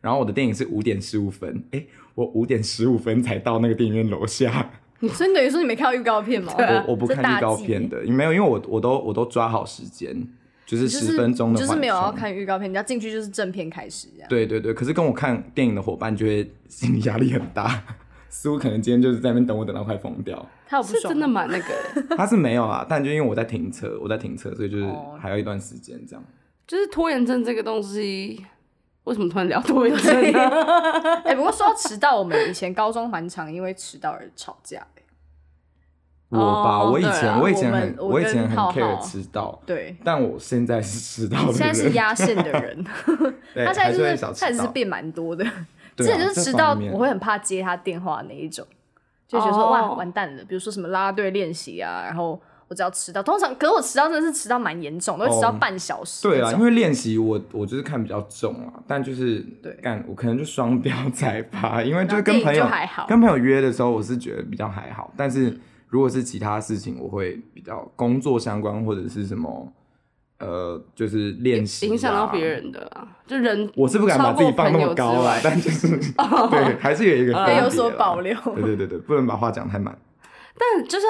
Speaker 3: 然后我的电影是五点十五分，哎、我五点十五分才到那个电影院楼下。
Speaker 2: 所以 你等于说你没看到预告片吗？
Speaker 3: 我我不
Speaker 2: 这
Speaker 3: 看
Speaker 2: 啊大
Speaker 3: 预告
Speaker 2: 忌
Speaker 3: 片的，没有，因为我我都我都抓好时间，就是
Speaker 2: 你就是
Speaker 3: 十分钟的
Speaker 2: 你
Speaker 3: 缓冲，
Speaker 2: 就是没有要看预告片，你要进去就是正片开始这样。
Speaker 3: 对对对，可是跟我看电影的伙伴就会心理压力很大。 苏可能今天就是在那边等我，等到快疯 掉。
Speaker 2: 他有不
Speaker 1: 是
Speaker 2: 爽
Speaker 1: 真的
Speaker 2: 吗，
Speaker 1: 蛮那 个的，
Speaker 3: 他是没有啊，但就因为我在停车，我在停车，所以就是
Speaker 2: 哦
Speaker 3: 还要一段时间这样。
Speaker 1: 就是拖延症这个东西，为什么突然聊拖延 症呢、
Speaker 3: 啊
Speaker 2: 哎、不过说到迟到，我们以前高中蛮常因为迟到而吵架、
Speaker 1: 哦
Speaker 3: 我吧，我以
Speaker 1: 对
Speaker 3: 前
Speaker 1: 啊
Speaker 3: 我以
Speaker 2: 我
Speaker 3: 前
Speaker 2: 们
Speaker 3: 很
Speaker 2: 我
Speaker 3: 我以
Speaker 2: 跟
Speaker 3: 前很
Speaker 2: 浩浩
Speaker 3: care 迟到，
Speaker 2: 对，
Speaker 3: 但我现在是迟到的人，
Speaker 2: 现在是压线的人，
Speaker 3: 对
Speaker 2: 他现在
Speaker 3: 还
Speaker 2: 就是是
Speaker 3: 会小迟
Speaker 2: 他也是
Speaker 3: 到
Speaker 2: 变蛮多的。 之
Speaker 3: 对啊
Speaker 2: 前就是
Speaker 3: 这
Speaker 2: 迟
Speaker 3: 方
Speaker 2: 到，
Speaker 3: 面
Speaker 2: 我会很怕接他电话那一种，就觉得说
Speaker 1: 哦
Speaker 2: 哇完蛋了，比如说什么啦啦队练习啊，然后我只要迟到，通常可是我迟到真的是迟到蛮严重的，都会迟到
Speaker 3: 哦
Speaker 2: 半小时
Speaker 3: 对
Speaker 2: 那种。
Speaker 3: 啊，因为练习我我就是看比较重啊，但就是
Speaker 2: 对
Speaker 3: 干我可能就双标才吧，因为就是
Speaker 2: 电
Speaker 3: 跟
Speaker 2: 影
Speaker 3: 朋友
Speaker 2: 就还好
Speaker 3: 跟朋友约的时候，我是觉得比较还好，但是如果是其他事情，我会比较工作相关或者是什么呃，就是练习、
Speaker 1: 影响到别。人的啊，就人
Speaker 3: 我是不敢把自己放那么高啊啦
Speaker 1: 超过朋友，之外
Speaker 3: 但就是对，还是有一个分别啦
Speaker 2: 要有所保留
Speaker 3: 对对对对，不能把话讲太满。
Speaker 1: 但就像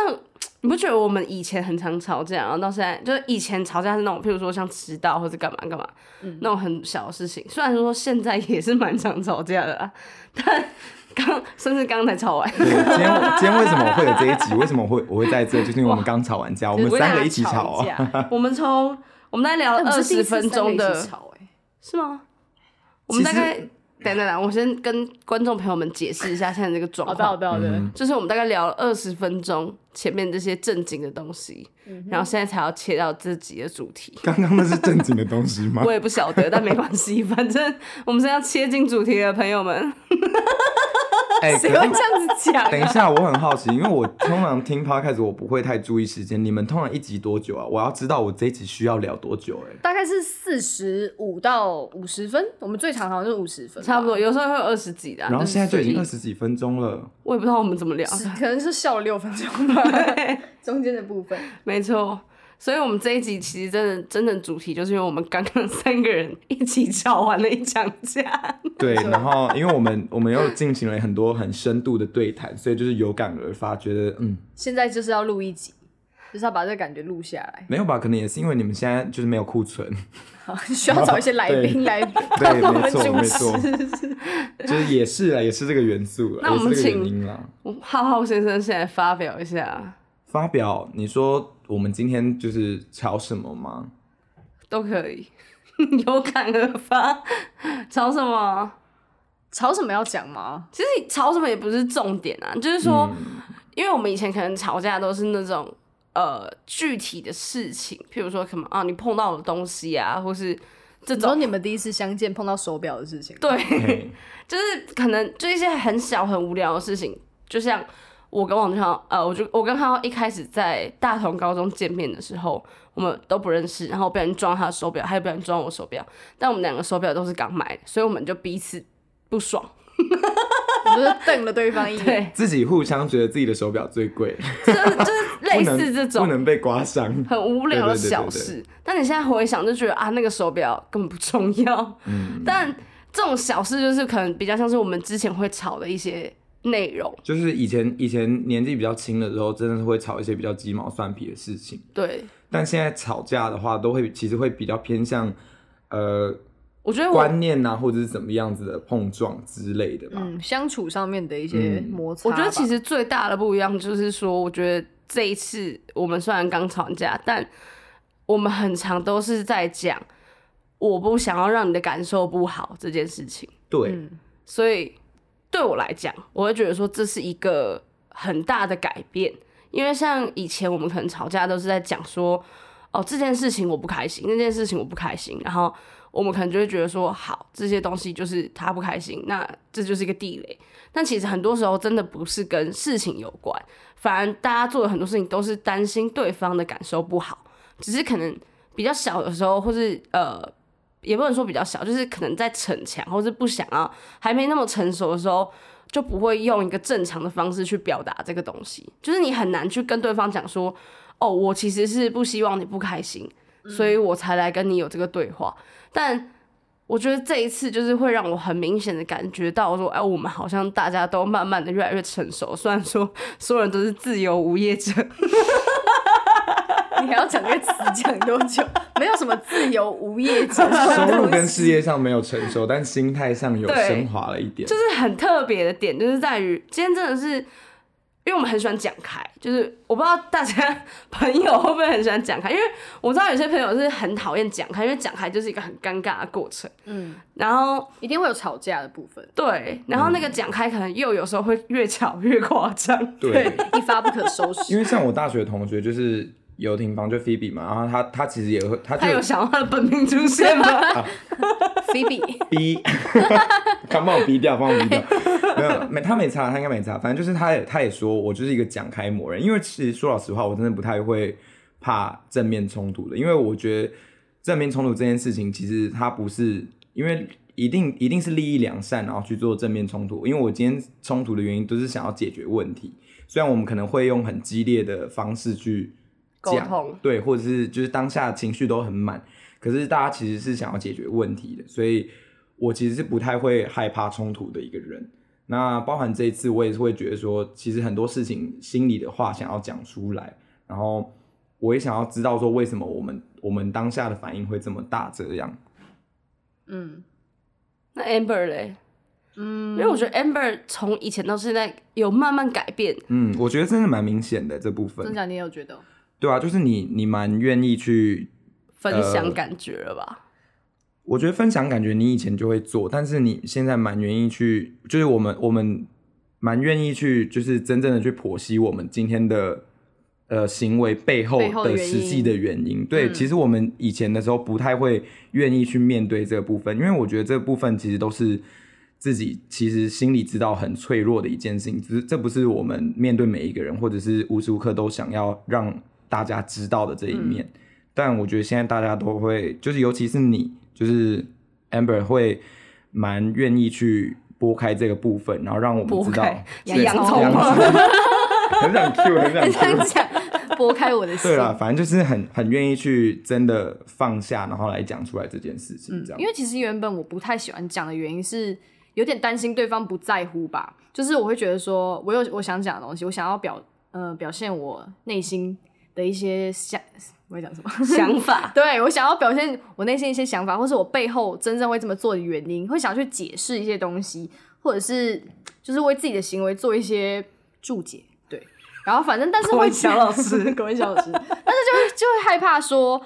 Speaker 1: 你不觉得我们以前很常吵架，然后到现在就是以前吵架是那种，譬如说像迟到或者干嘛干嘛，
Speaker 2: 嗯
Speaker 1: 那种很小的事情。虽然说现在也是蛮常吵架的啦，但刚甚至刚才吵完，
Speaker 3: 对，今天我今天为什么会有这一集？为什么我会我会在这？就是因为我们刚吵完架，我们
Speaker 1: 我
Speaker 3: 三
Speaker 1: 俩
Speaker 3: 个一起吵 啊。
Speaker 2: 架，
Speaker 1: 我们从我们大概聊了
Speaker 2: 但我
Speaker 1: 二
Speaker 2: 们是第一
Speaker 1: 十
Speaker 2: 次
Speaker 1: 分钟
Speaker 2: 三个一
Speaker 1: 的
Speaker 2: 起，吵哎、
Speaker 1: 是吗？我们大
Speaker 3: 其实
Speaker 1: 概等等等，我先跟观众朋友们解释一下现在这个状
Speaker 2: 好
Speaker 1: 况。
Speaker 2: 的好的好的，
Speaker 3: 嗯
Speaker 1: 就是我们大概聊了二十分钟前面这些正经的东西，
Speaker 2: 嗯
Speaker 1: 然后现在才要切到自己的主题。
Speaker 3: 刚刚那是正经的东西 吗
Speaker 1: 我？也不晓得，但没关 系，反正我们是要切进主题的朋友们。
Speaker 3: 哎、可
Speaker 2: 谁
Speaker 3: 是
Speaker 2: 会 这样子讲？
Speaker 3: 等一下，我很好奇，因为我通常听 podcast 我不会太注意时间，你们通常一集多久啊？我要知道我这一集需要聊多久、哎，
Speaker 2: 大概是四十五到五十分，我们最长好像是五十分，
Speaker 1: 差不多，。有时候会有二十几的啊、
Speaker 3: 然后
Speaker 1: 就是
Speaker 3: 现在就已经
Speaker 1: 随
Speaker 3: 二
Speaker 1: 意
Speaker 3: 十几分钟了，
Speaker 1: 我也不知道我们怎么聊
Speaker 2: 是
Speaker 1: 的。
Speaker 2: 可能是笑了六分钟吧，中间的部分。
Speaker 1: 没错，所以我们这一集其实真的真正主题，就是因为我们刚刚三个人一起吵完了一场架。
Speaker 3: 对，然后因为我们我们又进行了很多很深度的对谈，所以就是有感而发，觉得嗯，
Speaker 2: 现在就是要录一集，就是要把这个感觉录下来，
Speaker 3: 没有吧？可能也是因为你们现在就是没有库存，
Speaker 2: 好，需要找一些来宾
Speaker 3: 哦对
Speaker 2: 来
Speaker 3: 对，
Speaker 2: 帮我
Speaker 3: 没
Speaker 2: 们
Speaker 3: 错
Speaker 2: 主
Speaker 3: 没
Speaker 2: 持。
Speaker 3: 错，就是也是啦，也是这个元素啦，
Speaker 1: 那我们
Speaker 3: 也是这个原
Speaker 1: 请
Speaker 3: 因啦。
Speaker 1: 浩浩先生现在发表一下
Speaker 3: 发表，你说我们今天就是吵什么吗？
Speaker 1: 都可以， 有感而发，吵什么？
Speaker 2: 吵什么要讲吗？
Speaker 1: 其实吵什么也不是重点啊，就是说，因为我们以前可能吵架都是那种呃具体的事情，譬如说什么啊你碰到的东西啊，或是这
Speaker 2: 你说
Speaker 1: 种
Speaker 2: 你们第一次相见碰到手表的事情，
Speaker 1: 对，
Speaker 3: 嘿
Speaker 1: 就是可能就一些很小很无聊的事情，就像我跟王俊浩，呃，我就我跟浩一开始在大同高中见面的时候，我们都不认识，然后我不小心撞他的手表，他也不小心撞我手表，但我们两个手表都是刚买的，所以我们就彼此不爽，
Speaker 2: 你就是瞪了对方一眼。
Speaker 1: 对，
Speaker 3: 自己互相觉得自己的手表最 贵，
Speaker 1: 就是就是类
Speaker 3: 不
Speaker 1: 似
Speaker 3: 能
Speaker 1: 这种
Speaker 3: 不。能被刮伤。
Speaker 1: 很无聊的
Speaker 3: 对对对对
Speaker 1: 小事。但你现在回想就觉得啊，那个手表根本不重要。
Speaker 3: 嗯
Speaker 1: 但这种小事就是可能比较像是我们之前会吵的一些内容。
Speaker 3: 就是以前以前年纪比较轻的时候，真的是会吵一些比较鸡毛蒜皮的事情，
Speaker 1: 对，
Speaker 3: 但现在吵架的话，都会其实会比较偏向呃
Speaker 1: 我觉得我
Speaker 3: 观念啊，或者是怎么样子的碰撞之类的吧。
Speaker 2: 嗯，相处上面的一些
Speaker 3: 嗯
Speaker 2: 摩擦
Speaker 1: 我
Speaker 2: 吧。
Speaker 1: 觉得其实最大的不一样就是说，我觉得这一次我们虽然刚吵完架，但我们很常都是在讲我不想要让你的感受不好这件事情。
Speaker 3: 对，
Speaker 2: 嗯，
Speaker 1: 所以对我来讲，我会觉得说这是一个很大的改变，因为像以前我们可能吵架都是在讲说，哦这件事情我不开心，那件事情我不开心，然后我们可能就会觉得说，好这些东西就是他不开心，那这就是一个地雷。但其实很多时候真的不是跟事情有关，反而大家做的很多事情都是担心对方的感受不好，只是可能比较小的时候，或是呃。也不能说比较小，就是可能在逞强，或是不想要还没那么成熟的时候，就不会用一个正常的方式去表达这个东西，就是你很难去跟对方讲说，哦，我其实是不希望你不开心，所以我才来跟你有这个对话。但我觉得这一次就是会让我很明显的感觉到说，哎，我们好像大家都慢慢的越来越成熟，虽然说 所有人都是自由无业者，
Speaker 2: 你还要讲这个词讲多久？ 没有什么自由无 业者，
Speaker 3: 收入跟事业上没有成 熟，但心态上有
Speaker 1: 对
Speaker 3: 升华了一点。
Speaker 1: 就是很特别的点，就是在于今天真的是，因为我们很喜欢讲开，就是我不知道大家朋友会不会很喜欢讲开，因为我知道有些朋友是很讨厌讲开，因为讲开就是一个很尴尬的过程。
Speaker 2: 嗯，
Speaker 1: 然后
Speaker 2: 一定会有吵架的部分，
Speaker 1: 对，然后那个讲开可能又有时候会越吵越夸
Speaker 2: 嗯
Speaker 1: 张。
Speaker 3: 对，
Speaker 2: 一发不可收
Speaker 3: 因
Speaker 2: 拾。
Speaker 3: 为像我大学同学就是游艇房就 Phoebe 嘛，然后他他其实也会，他
Speaker 1: 他有
Speaker 3: 就
Speaker 1: 想到他的本名出现 吗？
Speaker 2: 啊 Phoebe，
Speaker 3: 逼，刚帮我逼掉，帮我逼掉，没有没他没差，他应该没差，反正就是他也他也说我就是一个讲开魔人，因为其实说老实话，我真的不太会怕正面冲突的，因为我觉得正面冲突这件事情，其实它不是因为。一定一定是利益良善，然后去做正面冲突。因为我今天冲突的原因都是想要解决问题，虽然我们可能会用很激烈的方式去
Speaker 1: 沟
Speaker 3: 讲
Speaker 1: 通
Speaker 3: 对，或者是就是当下情绪都很满，可是大家其实是想要解决问题的，所以我其实是不太会害怕冲突的一个人。那包含这一次，我也是会觉得说，其实很多事情心里的话想要讲出来，然后我也想要知道说为什么我们我们当下的反应会这么大这样。
Speaker 2: 嗯
Speaker 1: 那 Amber 嘞？因
Speaker 2: 嗯，
Speaker 1: 为我觉得 Amber 从以前到现在有慢慢改变，
Speaker 3: 嗯，我觉得真的蛮明显的这部
Speaker 2: 真
Speaker 3: 分，
Speaker 2: 假你也有觉得哦？
Speaker 3: 对啊，就是你你蛮愿意去
Speaker 1: 分享
Speaker 3: 呃
Speaker 1: 感觉了吧？
Speaker 3: 我觉得分享感觉你以前就会做，但是你现在蛮愿意去，就是我们我们蛮愿意去，就是真正的去剖析我们今天的呃行为背后
Speaker 2: 背后的
Speaker 3: 的
Speaker 2: 原
Speaker 3: 实际的
Speaker 2: 因嗯
Speaker 3: 原因。对，其实我们以前的时候不太会愿意去面对这部分，因为我觉得这部分其实都是。自己其实心里知道很脆弱的一件事情，只是这不是我们面对每一个人，或者是无时无刻都想要让大家知道的这一
Speaker 2: 嗯
Speaker 3: 面。但我觉得现在大家都会，就是尤其是你，就是 Amber 会蛮愿意去拨开这个部分，然后让我们
Speaker 1: 拨
Speaker 3: 知道
Speaker 1: 开
Speaker 3: 对
Speaker 1: 洋葱
Speaker 3: 洋
Speaker 1: 吗
Speaker 3: 葱很想 Q，很想 Q。
Speaker 2: 讲，拨开我的心
Speaker 3: 啊对。啊啦，反正就是很很愿意去真的放下，然后来讲出来这件事
Speaker 1: 嗯
Speaker 3: 情，这样。
Speaker 2: 因为其实原本我不太喜欢讲的原因是有点担心对方不在乎吧，就是我会觉得说我有我想讲的东西，我想要表呃表现我内心的一些想，我会讲什么？
Speaker 1: 想法，
Speaker 2: 对我想要表现我内心一些想法，或是我背后真正会这么做的原因，会想去解释一些东西，或者是就是为自己的行为做一些注解。对，然后反正但是
Speaker 1: 国
Speaker 2: 会
Speaker 1: 文小老师
Speaker 2: 国文小老师，但是就会就会害怕说，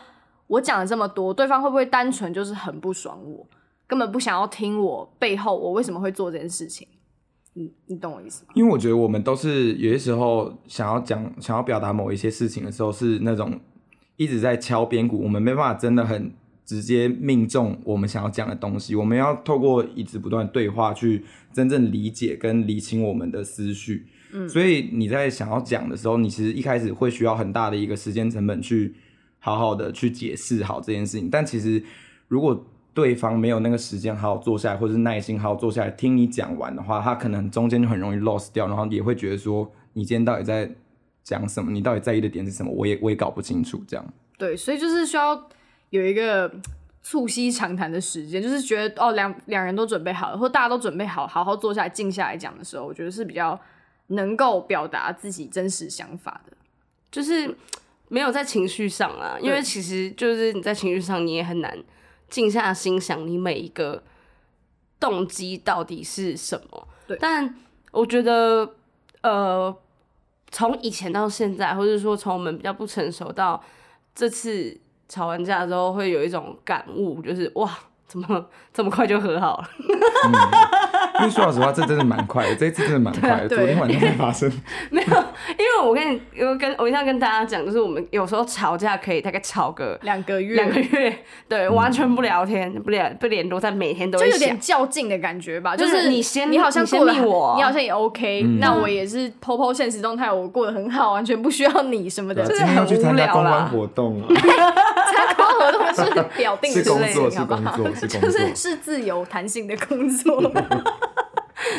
Speaker 2: 我讲了这么多，对方会不会单纯就是很不爽我，根本不想要听我背后我为什么会做这件事情？你你懂我意思吗？
Speaker 3: 因为我觉得我们都是有些时候想要讲、想要表达某一些事情的时候，是那种一直在敲边鼓，我们没办法真的很直接命中我们想要讲的东西。我们要透过一直不断的对话去真正理解跟理清我们的思绪。嗯，所以你在想要讲的时候，你其实一开始会需要很大的一个时间成本去好好的去解释好这件事情。但其实如果对方没有那个时间好好坐下来，或是耐心好好坐下来听你讲完的话，他可能中间就很容易 lost 掉，然后也会觉得说你今天到底在讲什么，你到底在意的点是什么，我也我也搞不清楚这样。
Speaker 2: 对，所以就是需要有一个嗯促膝长谈的时间，就是觉得哦，两两人都准备好了，或大家都准备好，好好坐下来静下来讲的时候，我觉得是比较能够表达自己真实想法的。
Speaker 1: 就是没有在情绪上啊，因为其实就是你在情绪上，你也很难静下心想你每一个动机到底是什么。
Speaker 2: 对
Speaker 1: 但我觉得，呃，从以前到现在，或者说从我们比较不成熟到这次吵完架之后，会有一种感悟，就是哇，怎么这么快就和好了？
Speaker 3: 因为说老实话，这真的蛮快的，这一次真的蛮快的，
Speaker 2: 对
Speaker 3: 昨天晚上才发生。
Speaker 1: 没有，因为我跟你，我跟我一定要跟大家讲，就是我们有时候吵架可以大概吵个
Speaker 2: 两个月，
Speaker 1: 两个月，对，完全不聊天，不联不联络，但每天都
Speaker 2: 嗯就
Speaker 1: 会
Speaker 2: 有
Speaker 1: 想
Speaker 2: 点。较劲的感觉吧，就
Speaker 1: 就是
Speaker 2: 是
Speaker 1: 你先
Speaker 2: 嗯你好像
Speaker 1: 你先
Speaker 2: 过得
Speaker 1: 密
Speaker 2: 很
Speaker 1: 我
Speaker 2: 你好像也 OK，、那
Speaker 3: 嗯
Speaker 2: 我也是 PO PO 现实动态，我过得很好，完全不需要你什么的
Speaker 3: 对啊，
Speaker 1: 这
Speaker 3: 今
Speaker 1: 个
Speaker 3: 天要去参加公关活动啊，
Speaker 2: 参考合同是 表定
Speaker 3: 是
Speaker 2: 之
Speaker 3: 工
Speaker 2: 类
Speaker 3: 作，
Speaker 2: 的，
Speaker 3: 是
Speaker 2: 好不
Speaker 3: 工
Speaker 2: 好？
Speaker 3: 作，是工
Speaker 2: 就
Speaker 3: 作。
Speaker 2: 是是自由弹性的工 作。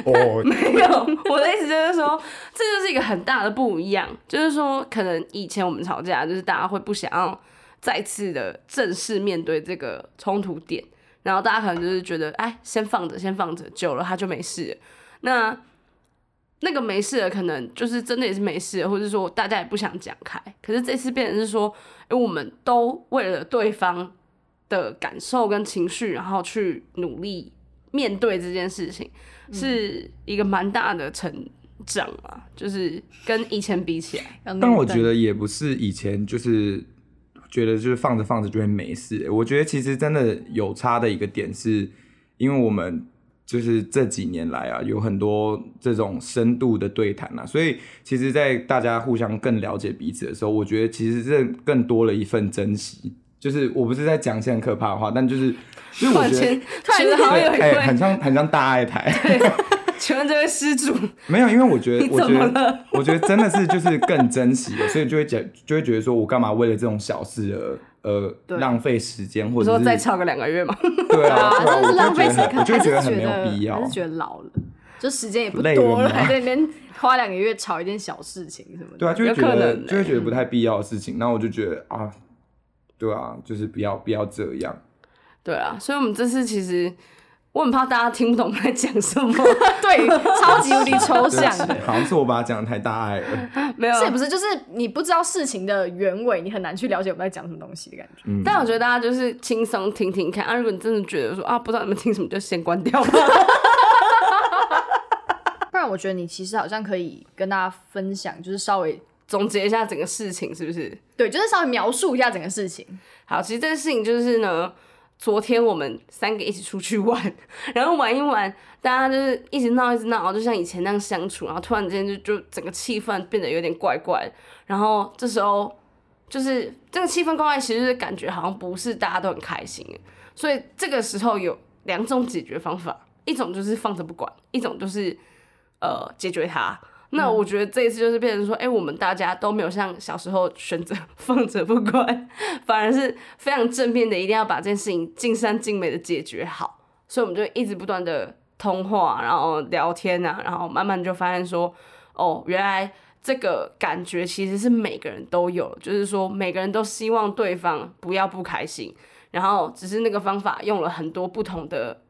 Speaker 3: 哦，
Speaker 1: 没有，我的意思就是说，这就是一个很大的不一样，就是说，可能以前我们吵架，就是大家会不想要再次的正式面对这个冲突点，然后大家可能就是觉得，哎，先放着，先放着，久了他就没事了。那那个没事了，可能就是真的也是没事了，或者说大家也不想讲开。可是这次变成是说，哎、我们都为了对方的感受跟情绪，然后去努力面对这件事情，是一个蛮大的成长啊，就是跟以前比起来，
Speaker 2: 嗯
Speaker 3: 但我觉得也不是以前就是觉得就是放着放着就会没事、我觉得其实真的有差的一个点是，因为我们就是这几年来啊，有很多这种深度的对谈啊，所以其实，在大家互相更了解彼此的时候，我觉得其实这更多了一份珍惜。就是我不是在讲一些很可怕的话，但就是就是
Speaker 1: 突
Speaker 3: 我
Speaker 1: 然
Speaker 3: 觉得
Speaker 1: 间。觉得好像有一
Speaker 3: 哎、很
Speaker 1: 位，
Speaker 3: 像很像大爱台，
Speaker 1: 请问这位施主，
Speaker 3: 没有，因为 我觉得，
Speaker 1: 你
Speaker 3: 我
Speaker 1: 怎
Speaker 3: 觉
Speaker 1: 么
Speaker 3: 得，我觉得真的是就是更珍惜了，所以就会觉就会觉得说，我干嘛为了这种小事而呃
Speaker 2: 对
Speaker 3: 浪费时间，或
Speaker 1: 我
Speaker 3: 者
Speaker 1: 说
Speaker 3: 是
Speaker 1: 再吵个两个月嘛，
Speaker 3: 对啊，对啊
Speaker 2: 真的是浪费时间，
Speaker 3: 我就
Speaker 2: 还
Speaker 3: 觉
Speaker 2: 是
Speaker 3: 得很我就会觉得很没有必要
Speaker 2: 还是。觉得老了，就时间也不
Speaker 3: 累
Speaker 2: 多了，
Speaker 3: 了吗
Speaker 2: 还 在那边花两个月吵一件小事情什么的。
Speaker 3: 对啊，就会觉
Speaker 1: 有可
Speaker 3: 得
Speaker 1: 能欸
Speaker 3: 就会
Speaker 2: 嗯
Speaker 3: 觉得不太必要的事情，那我就觉得啊，对啊，就是不要不要这样。
Speaker 1: 对啊，所以我们这次其实我很怕大家听不懂我们在讲什 么，
Speaker 2: 对，超级无敌抽
Speaker 3: 对不
Speaker 2: 象
Speaker 3: 起
Speaker 2: 的。
Speaker 3: 好像是我把它讲的太大爱了。
Speaker 1: 没有，啊
Speaker 2: 是不是就是你不知道事情的原委，你很难去了解我们在讲什么东西的感觉？
Speaker 3: 嗯
Speaker 1: 但我觉得大家就是轻松听听看啊，如果你真的觉得说啊，不知道你们听什么，就先关掉吧。
Speaker 2: 不然我觉得你其实好像可以跟大家分享，就是稍微
Speaker 1: 总结一下整个事情是不是？
Speaker 2: 对，就是稍微描述一下整个事情。
Speaker 1: 好，其实这个事情就是呢，昨天我们三个一起出去玩， 然后玩一玩，大家就是一直闹一直闹，就像以前那样相处，然后突然之间就就整个气氛变得有点怪怪的，然后这时候就是这个气氛怪怪，其实就是感觉好像不是大家都很开心，欸所以这个时候有两种解决方法，一种就是放着不管，一种就是呃解决它。那我觉得这一次就是变成说，哎、我们大家都没有像小时候选择 放着不管，反而是非常正面的，一定要把这件事情尽善尽美的解决好。所以我们就一直不断的通话，然后聊天啊，然后慢慢就发现说，哦，原来这个感觉其实是每个人都有，就是说每个人都希望对方不要不开心，然后只是那个方法用了很多不同的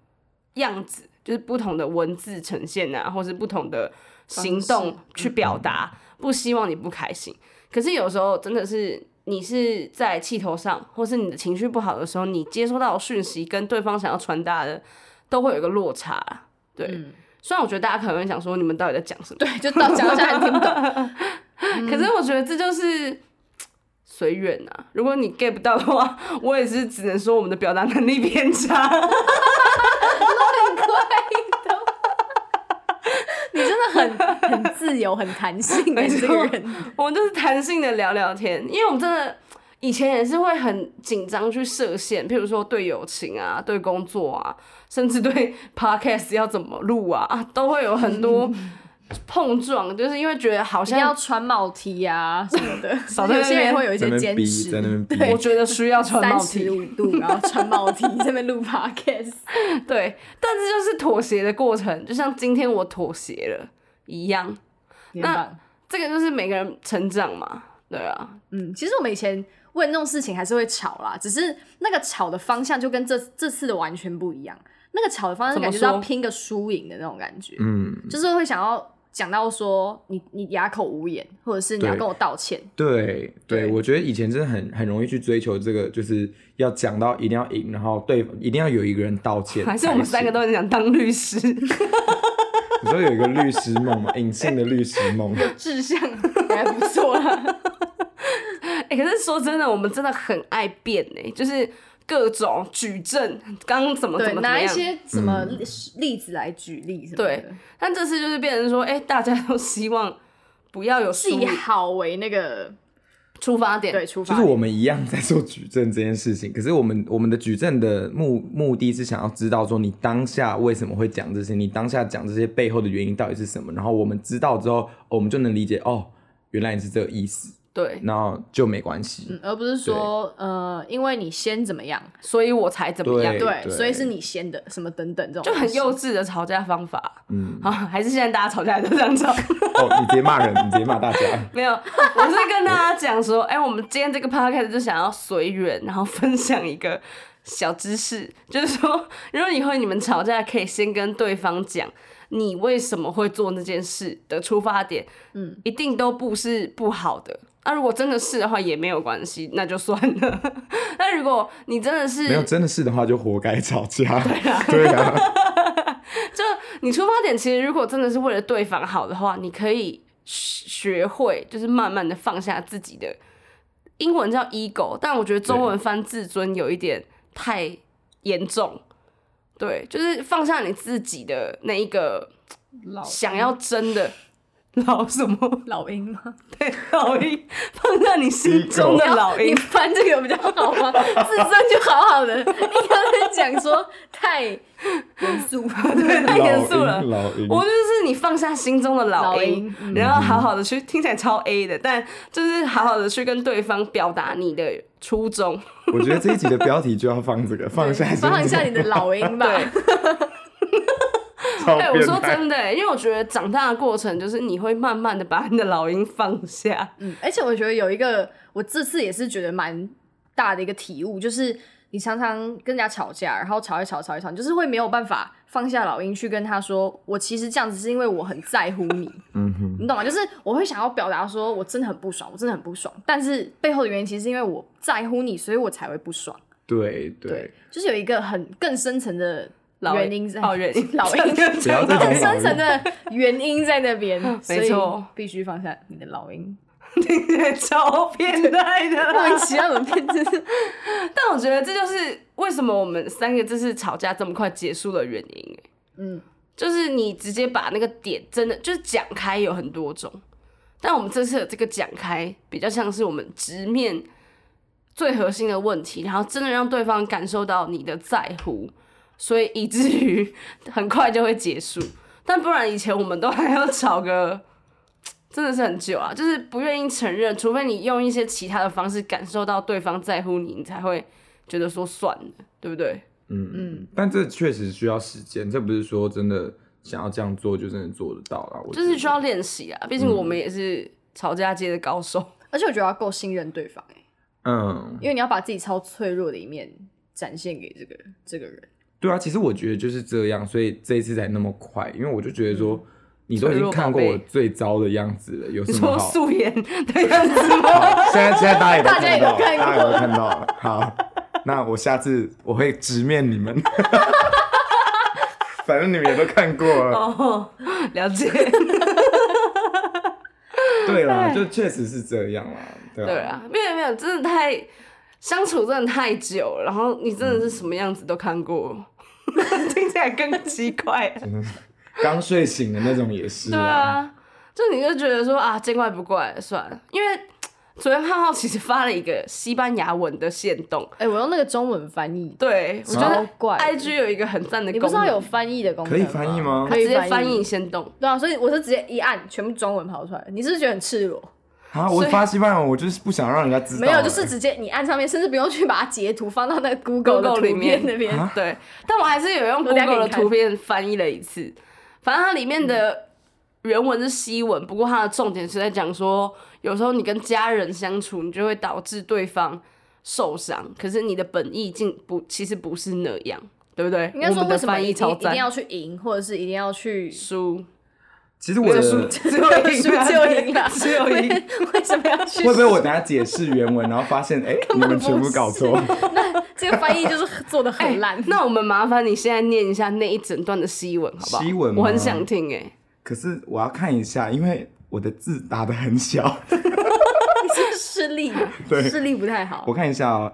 Speaker 1: 样子，就是不同的文字呈现啊，或是不同的行动去表达，不希望你不开心。可是有时候真的是你是在气头上，或是你的情绪不好的时候，你接收到的讯息跟对方想要传达的都会有一个落差啊。对，虽然我觉得大家可能会想说你们到底在讲什么，
Speaker 2: 对，就到讲到现在还听不 懂，
Speaker 1: 可是我觉得这就是嘖随缘啊。如果你 get 不到的话，我也是只能说我们的表达能力偏差。
Speaker 2: 你真的很很自由，很弹性的
Speaker 1: 没
Speaker 2: 这
Speaker 1: 错
Speaker 2: 个人，
Speaker 1: 我们就是弹性的聊聊天，因为我们真的以前也是会很紧张去设限，譬如说对友情啊、对工作啊，甚至对 podcast 要怎么录啊，啊都会有很多碰撞，就是因为觉得好
Speaker 2: 一定要
Speaker 1: 像
Speaker 2: 穿帽 T 啊什么 的，
Speaker 1: 少在那
Speaker 2: 有
Speaker 1: 边
Speaker 2: 些人会有一
Speaker 3: 在
Speaker 2: 些
Speaker 3: 那边
Speaker 2: 坚
Speaker 3: 逼，
Speaker 2: 持
Speaker 3: 在那，边逼，
Speaker 1: 我觉得需要穿帽
Speaker 2: 三
Speaker 1: T
Speaker 2: 十。五度，然后穿帽 T 这边录 podcast，
Speaker 1: 对，但是就是妥协的过程，就像今天我妥协了一样，
Speaker 2: 你很棒
Speaker 1: 这个就是每个人成长嘛，对啊，
Speaker 2: 嗯，其实我们以前为了那种事情还是会吵啦，只是那个吵的方向就跟这这次的完全不一样。那个吵的方向
Speaker 1: 怎么
Speaker 2: 感觉到
Speaker 1: 说
Speaker 2: 拼个输赢的那种感觉，
Speaker 3: 嗯，
Speaker 2: 就是会想要讲到说你你哑口无言，或者是你要
Speaker 3: 对
Speaker 2: 跟我道歉，
Speaker 3: 对对，
Speaker 2: 对
Speaker 3: 我觉得以前真的很很容易去追求这个，就是要讲到一定要赢，然后对一定要有一个人道歉才
Speaker 1: 还
Speaker 3: 行，
Speaker 1: 是我们三个都很想当律师，
Speaker 3: 你说有一个律师梦嘛，隐性的律师 梦，
Speaker 2: 志向也 还不错啦。
Speaker 1: 欸，可是说真的，我们真的很爱变呢、就是各种举证，刚刚怎么
Speaker 2: 对
Speaker 1: 怎，么怎
Speaker 2: 拿
Speaker 1: 么
Speaker 2: 一
Speaker 1: 样。
Speaker 2: 些什么
Speaker 3: 嗯
Speaker 2: 例例子来举例什么的，
Speaker 1: 对但这次就是变成说，哎、大家都希望不要有
Speaker 2: 是
Speaker 1: 输
Speaker 2: 以好为那个
Speaker 1: 出发点，
Speaker 2: 对出
Speaker 3: 就
Speaker 2: 发
Speaker 3: 是
Speaker 2: 点，
Speaker 3: 我们一样在做举证这件事情，可是我们我们的举证的目目的是想要知道说你当下为什么会讲这些，你当下讲这些背后的原因到底是什么，然后我们知道之后，我们就能理解哦，原来你是这个意思，
Speaker 1: 对，
Speaker 3: 然后就没关系。
Speaker 2: 嗯而不是说呃，因为你先怎么样，
Speaker 1: 所以我才怎么样，
Speaker 3: 对
Speaker 2: 对，所以是你先的什么等等这种
Speaker 1: 就
Speaker 2: 东西，
Speaker 1: 很幼稚的吵架方法
Speaker 3: 嗯，
Speaker 1: 啊，还是现在大家吵架都这样吵。
Speaker 3: 哦，你直接骂人，你直接骂大家。
Speaker 1: 没有，我是跟大家讲说，哎、我们今天这个 podcast 就想要随缘，然后分享一个小知识，就是说，如果以后你们吵架，可以先跟对方讲你为什么会做那件事的出发点，嗯，一定都不是不好的。那、如果真的是的话，也没有关系，那就算了。 那如果你真的是
Speaker 3: 没有真的是的话，就活该吵架。 对啊，
Speaker 1: 就你出发点，其实如果真的是为了对方好的话，你可以学会就是慢慢的放下自己的英文叫 ego，但我觉得中文翻自尊有一点太严重。对，就是放下你自己的那一个
Speaker 2: 老
Speaker 1: 想要争的 老什么
Speaker 2: 老鹰吗？
Speaker 1: 对老鹰，放下你心中的老
Speaker 2: 你
Speaker 1: 鹰。
Speaker 2: 翻这个比较好 吗？自尊就好好的，你刚才讲说太严肃，对
Speaker 1: 太严肃了
Speaker 3: 老鹰老鹰
Speaker 1: 我就是你放下心中的老
Speaker 2: 老
Speaker 1: 鹰嗯
Speaker 2: 鹰，
Speaker 1: 然后好好的去，听起来超 A 的，但就是好好的去跟对方表达你的初衷。
Speaker 3: 我觉得这一集的标题就要放这个，放下，
Speaker 2: 放下你的老鹰吧。
Speaker 3: 超
Speaker 1: 哎、我
Speaker 3: 变
Speaker 1: 说
Speaker 3: 态
Speaker 1: 真的、因为我觉得长大的过程就是你会慢慢的把你的老鹰放下。
Speaker 2: 嗯，而且我觉得有一个，我这次也是觉得蛮大的一个体悟，就是你常常跟人家吵架，然后吵一吵，吵一吵，你就是会没有办法放下老鹰去跟他说，我其实这样子是因为我很在乎你，
Speaker 3: 嗯哼，
Speaker 2: 你懂吗？就是我会想要表达说我真的很不爽，我真的很不爽，但是背后的原因其实是因为我在乎你，所以我才会不爽。
Speaker 3: 对对
Speaker 2: 对，，就是有一个很更深层 的
Speaker 1: 老
Speaker 2: 原因在，
Speaker 1: 哦原因
Speaker 2: 老鹰
Speaker 3: 不要再
Speaker 2: 更
Speaker 3: 讲老
Speaker 2: 深层
Speaker 3: 鹰。
Speaker 2: 的 原因在那 边，所以
Speaker 1: 错
Speaker 2: 必须放下你的老鹰。
Speaker 1: 超变态的
Speaker 2: 莫名
Speaker 1: 啦！
Speaker 2: 其妙怎么变成？
Speaker 1: 但但我觉得这就是为什么我们三个这次吵架这么快结束的原因、欸。
Speaker 2: 嗯，
Speaker 1: 就是你直接把那个点真的就是讲开有很多种，但我们这次的这个讲开比较像是我们直面最核心的问题，然后真的让对方感受到你的在乎，所以以至于 很快就会结束。但不然以前我们都还要吵个。真的是很久啊，就是不愿意承认，除非你用一些其他的方式感受到对方在乎你，你才会觉得说算了，对不对？
Speaker 3: 嗯嗯，但这确实需要时间，这不是说真的想要这样做就真的做得到啦。我
Speaker 1: 就是需
Speaker 3: 觉得
Speaker 1: 要练习啊，毕竟我们也是吵架界的高手。
Speaker 2: 而且我觉得要够信任对方、欸，
Speaker 3: 嗯，
Speaker 2: 因为你要把自己超脆弱的一面展现给这个这个人。
Speaker 3: 对啊，其实我觉得就是这样，所以这一次才那么快，因为我就觉得说你都
Speaker 1: 嗯
Speaker 3: 已
Speaker 1: 脆
Speaker 3: 经
Speaker 1: 弱
Speaker 3: 看
Speaker 1: 宝
Speaker 3: 过
Speaker 1: 贝
Speaker 3: 我最糟的样子了，有
Speaker 1: 你
Speaker 3: 什么
Speaker 1: 说
Speaker 3: 好？
Speaker 1: 素颜的样 子吗？
Speaker 3: 好 现在现在大家也都
Speaker 2: 大家也
Speaker 3: 看到，
Speaker 2: 都看过
Speaker 3: 大家也都看到了。好，那我下次我会直面你们。 反正你们也都看过了，
Speaker 1: 哦，了解。
Speaker 3: 啊对啦，就确实是这样啦，对
Speaker 1: 对
Speaker 3: 啊，
Speaker 1: 啊，没有没有，真的太相处真的太久了，然后你真的是什么样子都看过， 听起来更奇 怪。啊
Speaker 3: 刚睡醒的那种也是
Speaker 1: 对
Speaker 3: 啊，
Speaker 1: 啊，就你就觉得说啊，见怪不怪，算了。因为昨天浩浩其实发了一个西班牙文的线动，
Speaker 2: 哎、我用那个中文翻译，
Speaker 1: 对我觉
Speaker 2: 超
Speaker 1: 得
Speaker 2: 怪的。
Speaker 1: IG 有一个很赞的
Speaker 2: 你不
Speaker 1: 功能，
Speaker 2: 知道有翻译的功能
Speaker 3: 可以翻译吗
Speaker 1: 它
Speaker 2: 可以
Speaker 1: 直接翻译
Speaker 2: 译。
Speaker 1: 线动，
Speaker 2: 对啊，所以我是直接一按，全部中文跑出来。你是不是觉得很赤裸？
Speaker 3: 啊，我
Speaker 1: 所以
Speaker 3: 发西班牙文，我 就是不想让人家知道欸，
Speaker 2: 没有，就是直接你按上面，甚至不用去把它截图放到那个 Google 的
Speaker 1: Google 里
Speaker 2: 图片
Speaker 1: 面
Speaker 2: 那边。
Speaker 3: 啊
Speaker 1: 对，但我还是有用
Speaker 2: 我等下给
Speaker 1: Google 的
Speaker 2: 你看嗯
Speaker 1: 图片翻译了一次。反正它里面的原文是西文，不过它的重点是在讲说，有时候你跟家人相处，你就会导致对方受伤，可是你的本意竟不其实不是那样，对不对？
Speaker 2: 应该
Speaker 1: 我
Speaker 2: 说
Speaker 1: 们
Speaker 2: 为
Speaker 1: 的
Speaker 2: 什么
Speaker 1: 翻
Speaker 2: 一
Speaker 1: 译
Speaker 2: 定
Speaker 1: 超
Speaker 2: 一定
Speaker 1: 赞，
Speaker 2: 要去赢，或者是一定要去
Speaker 1: 输
Speaker 3: 其实我的会
Speaker 1: 只有赢
Speaker 2: 输
Speaker 1: 啊
Speaker 2: 就赢啊？
Speaker 1: 只有赢。
Speaker 2: 为为什么要去？
Speaker 3: 不会我等下解释原文，然后发现哎，你们全部搞错，
Speaker 2: 这个翻译就是做的很烂。
Speaker 1: 那我们麻烦你现在念一下那一整段的西文，好不好？
Speaker 3: 西文吗
Speaker 1: 我很想听哎、
Speaker 3: 可是我要看一下，因为我的字打的很小，
Speaker 2: 你 是视力
Speaker 3: 对，
Speaker 2: 视力不太好
Speaker 3: 我。看一下哦，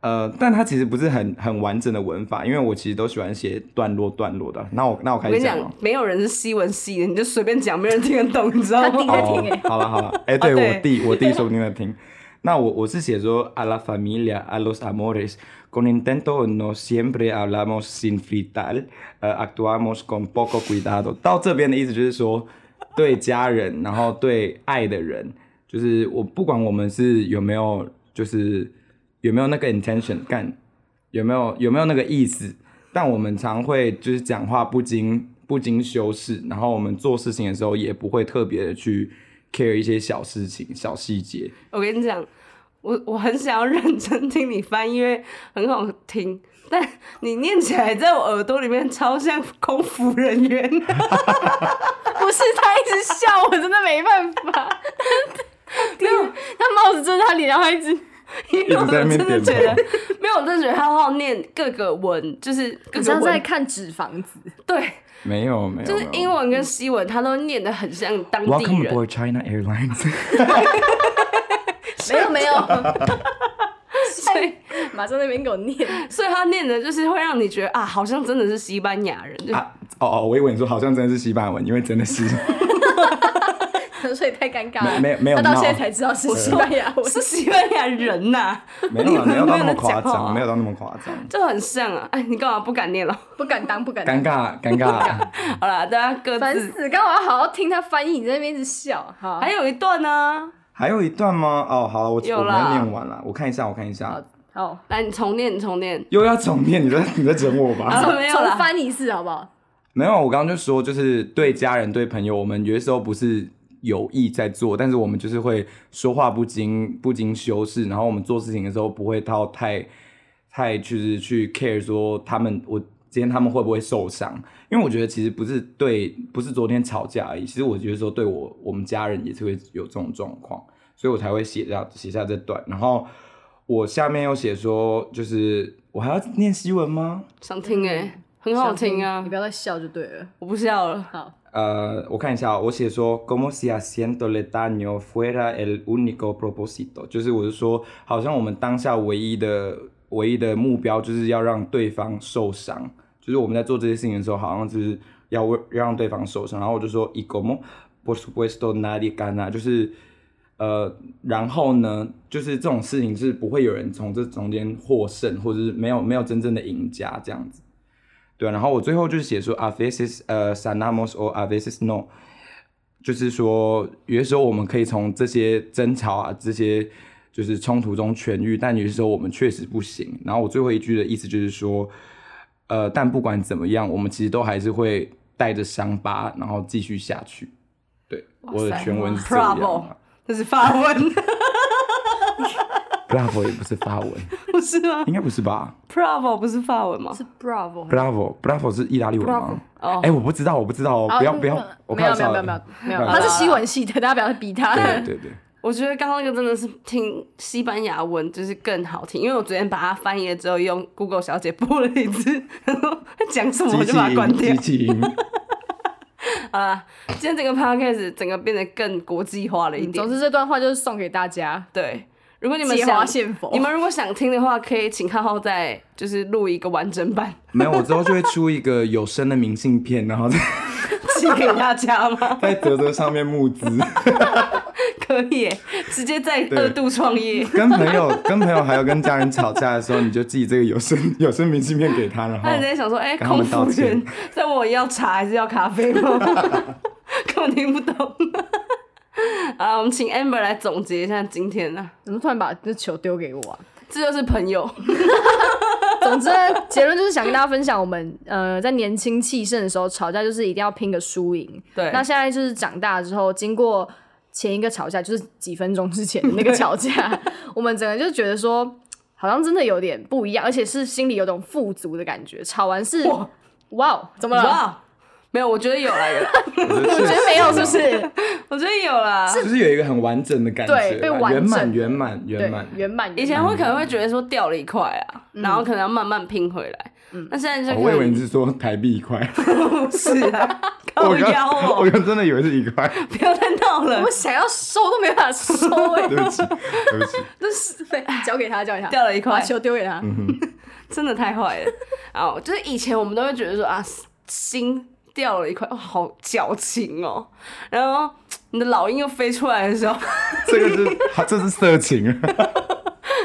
Speaker 3: 呃，但它其实不是很很完整的文法，因为我其实都喜欢写段落段落的。那我那我
Speaker 1: 我
Speaker 3: 开
Speaker 1: 跟
Speaker 3: 始
Speaker 1: 你
Speaker 3: 讲
Speaker 1: 讲
Speaker 3: 哦，。
Speaker 1: 没有人是西文系的，你就随便讲，没人听得懂，你知道
Speaker 2: 他
Speaker 1: 吗
Speaker 2: 第？在听
Speaker 3: 好了好了， 哎、对
Speaker 1: 欸哦对
Speaker 3: 我弟我弟说不定在听。那我我是写说 a la familia a los amores con intento no siempre hablamos sin fritar，呃 actuamos con poco cuidado。到这边的意思就是说，对家人，然后对爱的人，就是我不管我们是有没有，就是有没有那个 intention 干，有没有有没有那个意思，但我们常会就是讲话不经不经修饰，然后我们做事情的时候也不会特别的去 care 一些小事情、小细节。
Speaker 1: 我跟你讲，我我很想要认真听你翻，因为很好听，但你念起来在我耳朵里面超像空服人员，
Speaker 2: 不是他一直笑，我真的没办法。没有，他帽子遮在他脸，然后他一直
Speaker 1: 因为我
Speaker 3: 一直在那
Speaker 1: 真
Speaker 3: 边
Speaker 1: 的
Speaker 3: 点
Speaker 1: 觉得没有，我真的觉得他要念各个文，就是
Speaker 2: 好
Speaker 1: 各个
Speaker 2: 像在
Speaker 1: 文，
Speaker 2: 看纸房子。
Speaker 1: 对，
Speaker 3: 没有没有，
Speaker 1: 就是
Speaker 3: 没有
Speaker 1: 英。文跟西文，他都念得很像当地
Speaker 3: Welcome
Speaker 1: 人。
Speaker 3: aboard China Airlines
Speaker 2: 没有没 有，
Speaker 1: 所以，
Speaker 2: 马上那边给我念。
Speaker 1: 所以他念的就是会让你觉得啊，好像真的是西班牙人，就
Speaker 3: 啊！哦哦，我以为你说好像真的是西班牙文，因为真的 是
Speaker 2: 所以太尴尬了，
Speaker 3: 没没没有
Speaker 2: 他到
Speaker 3: 闹
Speaker 2: 现在才知道是哎西班牙文。
Speaker 1: 是西班牙人呐、
Speaker 3: 没有啦啊没有到那 么
Speaker 1: 你们没有在
Speaker 3: 夸
Speaker 1: 讲话
Speaker 3: 张，没有到那么夸张，
Speaker 1: 就很像啊。哎，你干嘛不敢念了？
Speaker 2: 不敢当，不敢当
Speaker 3: 尴，尬尴尬。
Speaker 1: 好啦，大家各
Speaker 2: 烦
Speaker 1: 自。
Speaker 2: 死！刚好要好好听他翻译，你在那边一直笑，好，
Speaker 1: 还有一段啊呢、
Speaker 3: 还有一段吗？哦，好了，我
Speaker 1: 有
Speaker 3: 我们
Speaker 1: 啦
Speaker 3: 要念完了，我看一下，我看一下，
Speaker 2: 好，
Speaker 1: 来，你重念，你重念。
Speaker 3: 又要重念，你在你在整我 吧？
Speaker 1: 啊
Speaker 2: 重
Speaker 1: 没有啦
Speaker 2: 重翻一次好不好？
Speaker 3: 没有，我刚刚就说，就是对家人、对朋友，我们有的时候不是有意在做，但是我们就是会说话不经不经修饰，然后我们做事情的时候不会到太太就是去 care 说他们我今天他们会不会受伤，因为我觉得其实不是对不是昨天吵架而已，其实我觉得说对我我们家人也是会有这种状况，所以我才会写下写下这段，然后我下面又写说，就是我还要念西文吗？
Speaker 1: 想听哎、很好听啊
Speaker 2: 你！不要再笑就对了。
Speaker 1: 我不笑了。
Speaker 2: 好，
Speaker 3: 呃，我看一下哦，我写说 como si haciéndole daño fuera el único propósito，就是我是说，好像我们当下唯一的唯一的目标就是要让对方受伤，就是我们在做这些事情的时候，好像就是要为要让对方受伤。然后我就说 i g o m o por supuesto nadie gana，就是呃，然后呢，就是这种事情是不会有人从这中间获胜，或者是没有没有真正的赢家这样子。对啊、然后我最后就是写说 a veces 呃 sanamos or a veces no，就是说有些时候我们可以从这些争吵啊这些就是冲突中痊愈，但有些时候我们确实不行。然后我最后一句的意思就是说，呃，但不管怎么样，我们其实都还是会带着伤疤，然后继续下去。对，我的全文是这样、
Speaker 1: Bravo
Speaker 3: 啊。
Speaker 1: 这是发 问，
Speaker 3: Bravo 也不是法文，
Speaker 1: 不是吗
Speaker 3: 应该不是吧
Speaker 1: ？Bravo 不是法文吗？
Speaker 2: 是 Bravo。
Speaker 3: ？Bravo，Bravo 是意大利文吗？
Speaker 1: Bravo 哦
Speaker 3: 哎、我不知道，我不知道哦，不要不要，我
Speaker 2: 嗯没有
Speaker 3: 看
Speaker 2: 没有没有没有没有，
Speaker 3: 好
Speaker 2: 他
Speaker 3: 啦
Speaker 2: 是西文系的，大家不要逼他。
Speaker 3: 对对对，
Speaker 1: 我觉得刚刚那个真的是听西班牙文就是更好听，因为我昨天把它翻译了之后，用 Google 小姐播了一次， 然后它讲什么我
Speaker 3: 机
Speaker 1: 就
Speaker 3: 器
Speaker 1: 把它关
Speaker 3: 音，
Speaker 1: 掉
Speaker 3: 机。器 音，
Speaker 1: 好啦，今天整个 podcast 整个变得更国际化了一点
Speaker 2: 总。之这段话就是送给大家。
Speaker 1: 对，如果你们
Speaker 2: 借花
Speaker 1: 想
Speaker 2: 献佛
Speaker 1: 你们如果想听的话，可以请浩浩再就是录一个完整版
Speaker 3: 没有，我之后就会出一个有声的明信片，然后在？
Speaker 1: 寄给大家吗
Speaker 3: 在泽泽上面 募资，
Speaker 1: 可以耶，直接再
Speaker 3: 对
Speaker 1: 二度创业。
Speaker 3: 跟朋友跟朋友还有跟家人吵架的时候，你就寄这个有声 有声明信片给他，然后
Speaker 1: 他直接想说，哎、
Speaker 3: 哦跟他
Speaker 1: 空
Speaker 3: 们道
Speaker 1: 服
Speaker 3: 歉
Speaker 1: 员，在问我要茶还是要咖啡 吗？根本听不懂。啊，我们请 Amber 来总结一下今天呢、
Speaker 2: 怎么突然把这球丢给我啊？
Speaker 1: 这就是朋友，
Speaker 2: 总之呢，结论就是想跟大家分享，我们呃在年轻气盛的时候吵架，就是一定要拼个输赢。
Speaker 1: 对
Speaker 2: 那现在就是长大之后，经过前一个吵架，就是几分钟之前的那个吵 架，我们整个就觉得说，好像真的有点不一样，而且是心里有种富足的感觉。吵完是
Speaker 1: 哇
Speaker 2: 哇哦，怎么了？
Speaker 1: 哇，没有，我觉得有啦，有啦，
Speaker 3: 我
Speaker 2: 我觉得没有，是不是？
Speaker 1: 我觉得有啦。
Speaker 3: 就是有一个很完整的感觉啦，
Speaker 2: 对被完整
Speaker 3: 圆满圆满 圆
Speaker 2: 对
Speaker 3: 满，，
Speaker 2: 圆满。
Speaker 1: 以前会可能会觉得说掉了一块啊，然后可能要慢慢拼回来。那现在
Speaker 3: 嗯哦
Speaker 1: 就
Speaker 3: 我
Speaker 1: 可
Speaker 3: 以为
Speaker 1: 能
Speaker 3: 你是说台币一块，
Speaker 1: 不是啊，靠
Speaker 3: 我
Speaker 1: 腰
Speaker 3: 刚
Speaker 1: 哦、
Speaker 3: 我刚真的以为是一块，
Speaker 1: 不要再闹了
Speaker 2: 我，想要收都没办法收、哎，
Speaker 3: 对不起对不起，
Speaker 2: 就是对啊交给他，交给他，
Speaker 1: 掉了一
Speaker 2: 把
Speaker 1: 块，
Speaker 2: 球丢给
Speaker 3: 嗯
Speaker 2: 他。
Speaker 1: 真的太坏了。 哦，就是以前我们都会觉得说啊，心掉了一块，哦，好矫情哦。然后你的老鹰又飞出来的时候，
Speaker 3: 这个是 他这是色情 啊。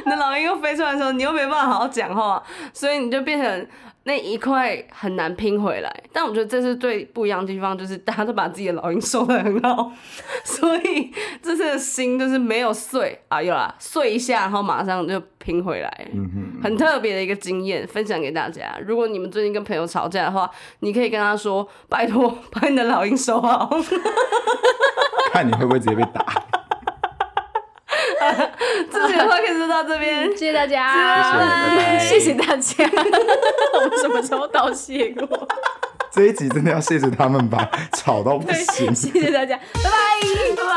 Speaker 1: 你的老鹰又飞出来的时候，你又没办法好好讲话，所以你就变成那一块很难拼回来。但我觉得这是最不一样的地方，就是大家都把自己的老鹰收的很好， 所以这次的心就是没有碎啊，有啦，碎一下，然后马上就拼回来，很特别的一个经验，分享给大家。如果你们最近跟朋友吵架的话，你可以跟他说：“拜托， 把你的老鹰收好。”
Speaker 3: 看你会不会直接被打。
Speaker 1: 这期的话可以就到这边，
Speaker 2: 谢谢大家，
Speaker 3: 谢谢
Speaker 2: 大家。 我们什么时候道谢过？
Speaker 3: 这一集真的要谢谢他们吧，吵到不行。
Speaker 2: 谢谢大家，拜拜，拜拜。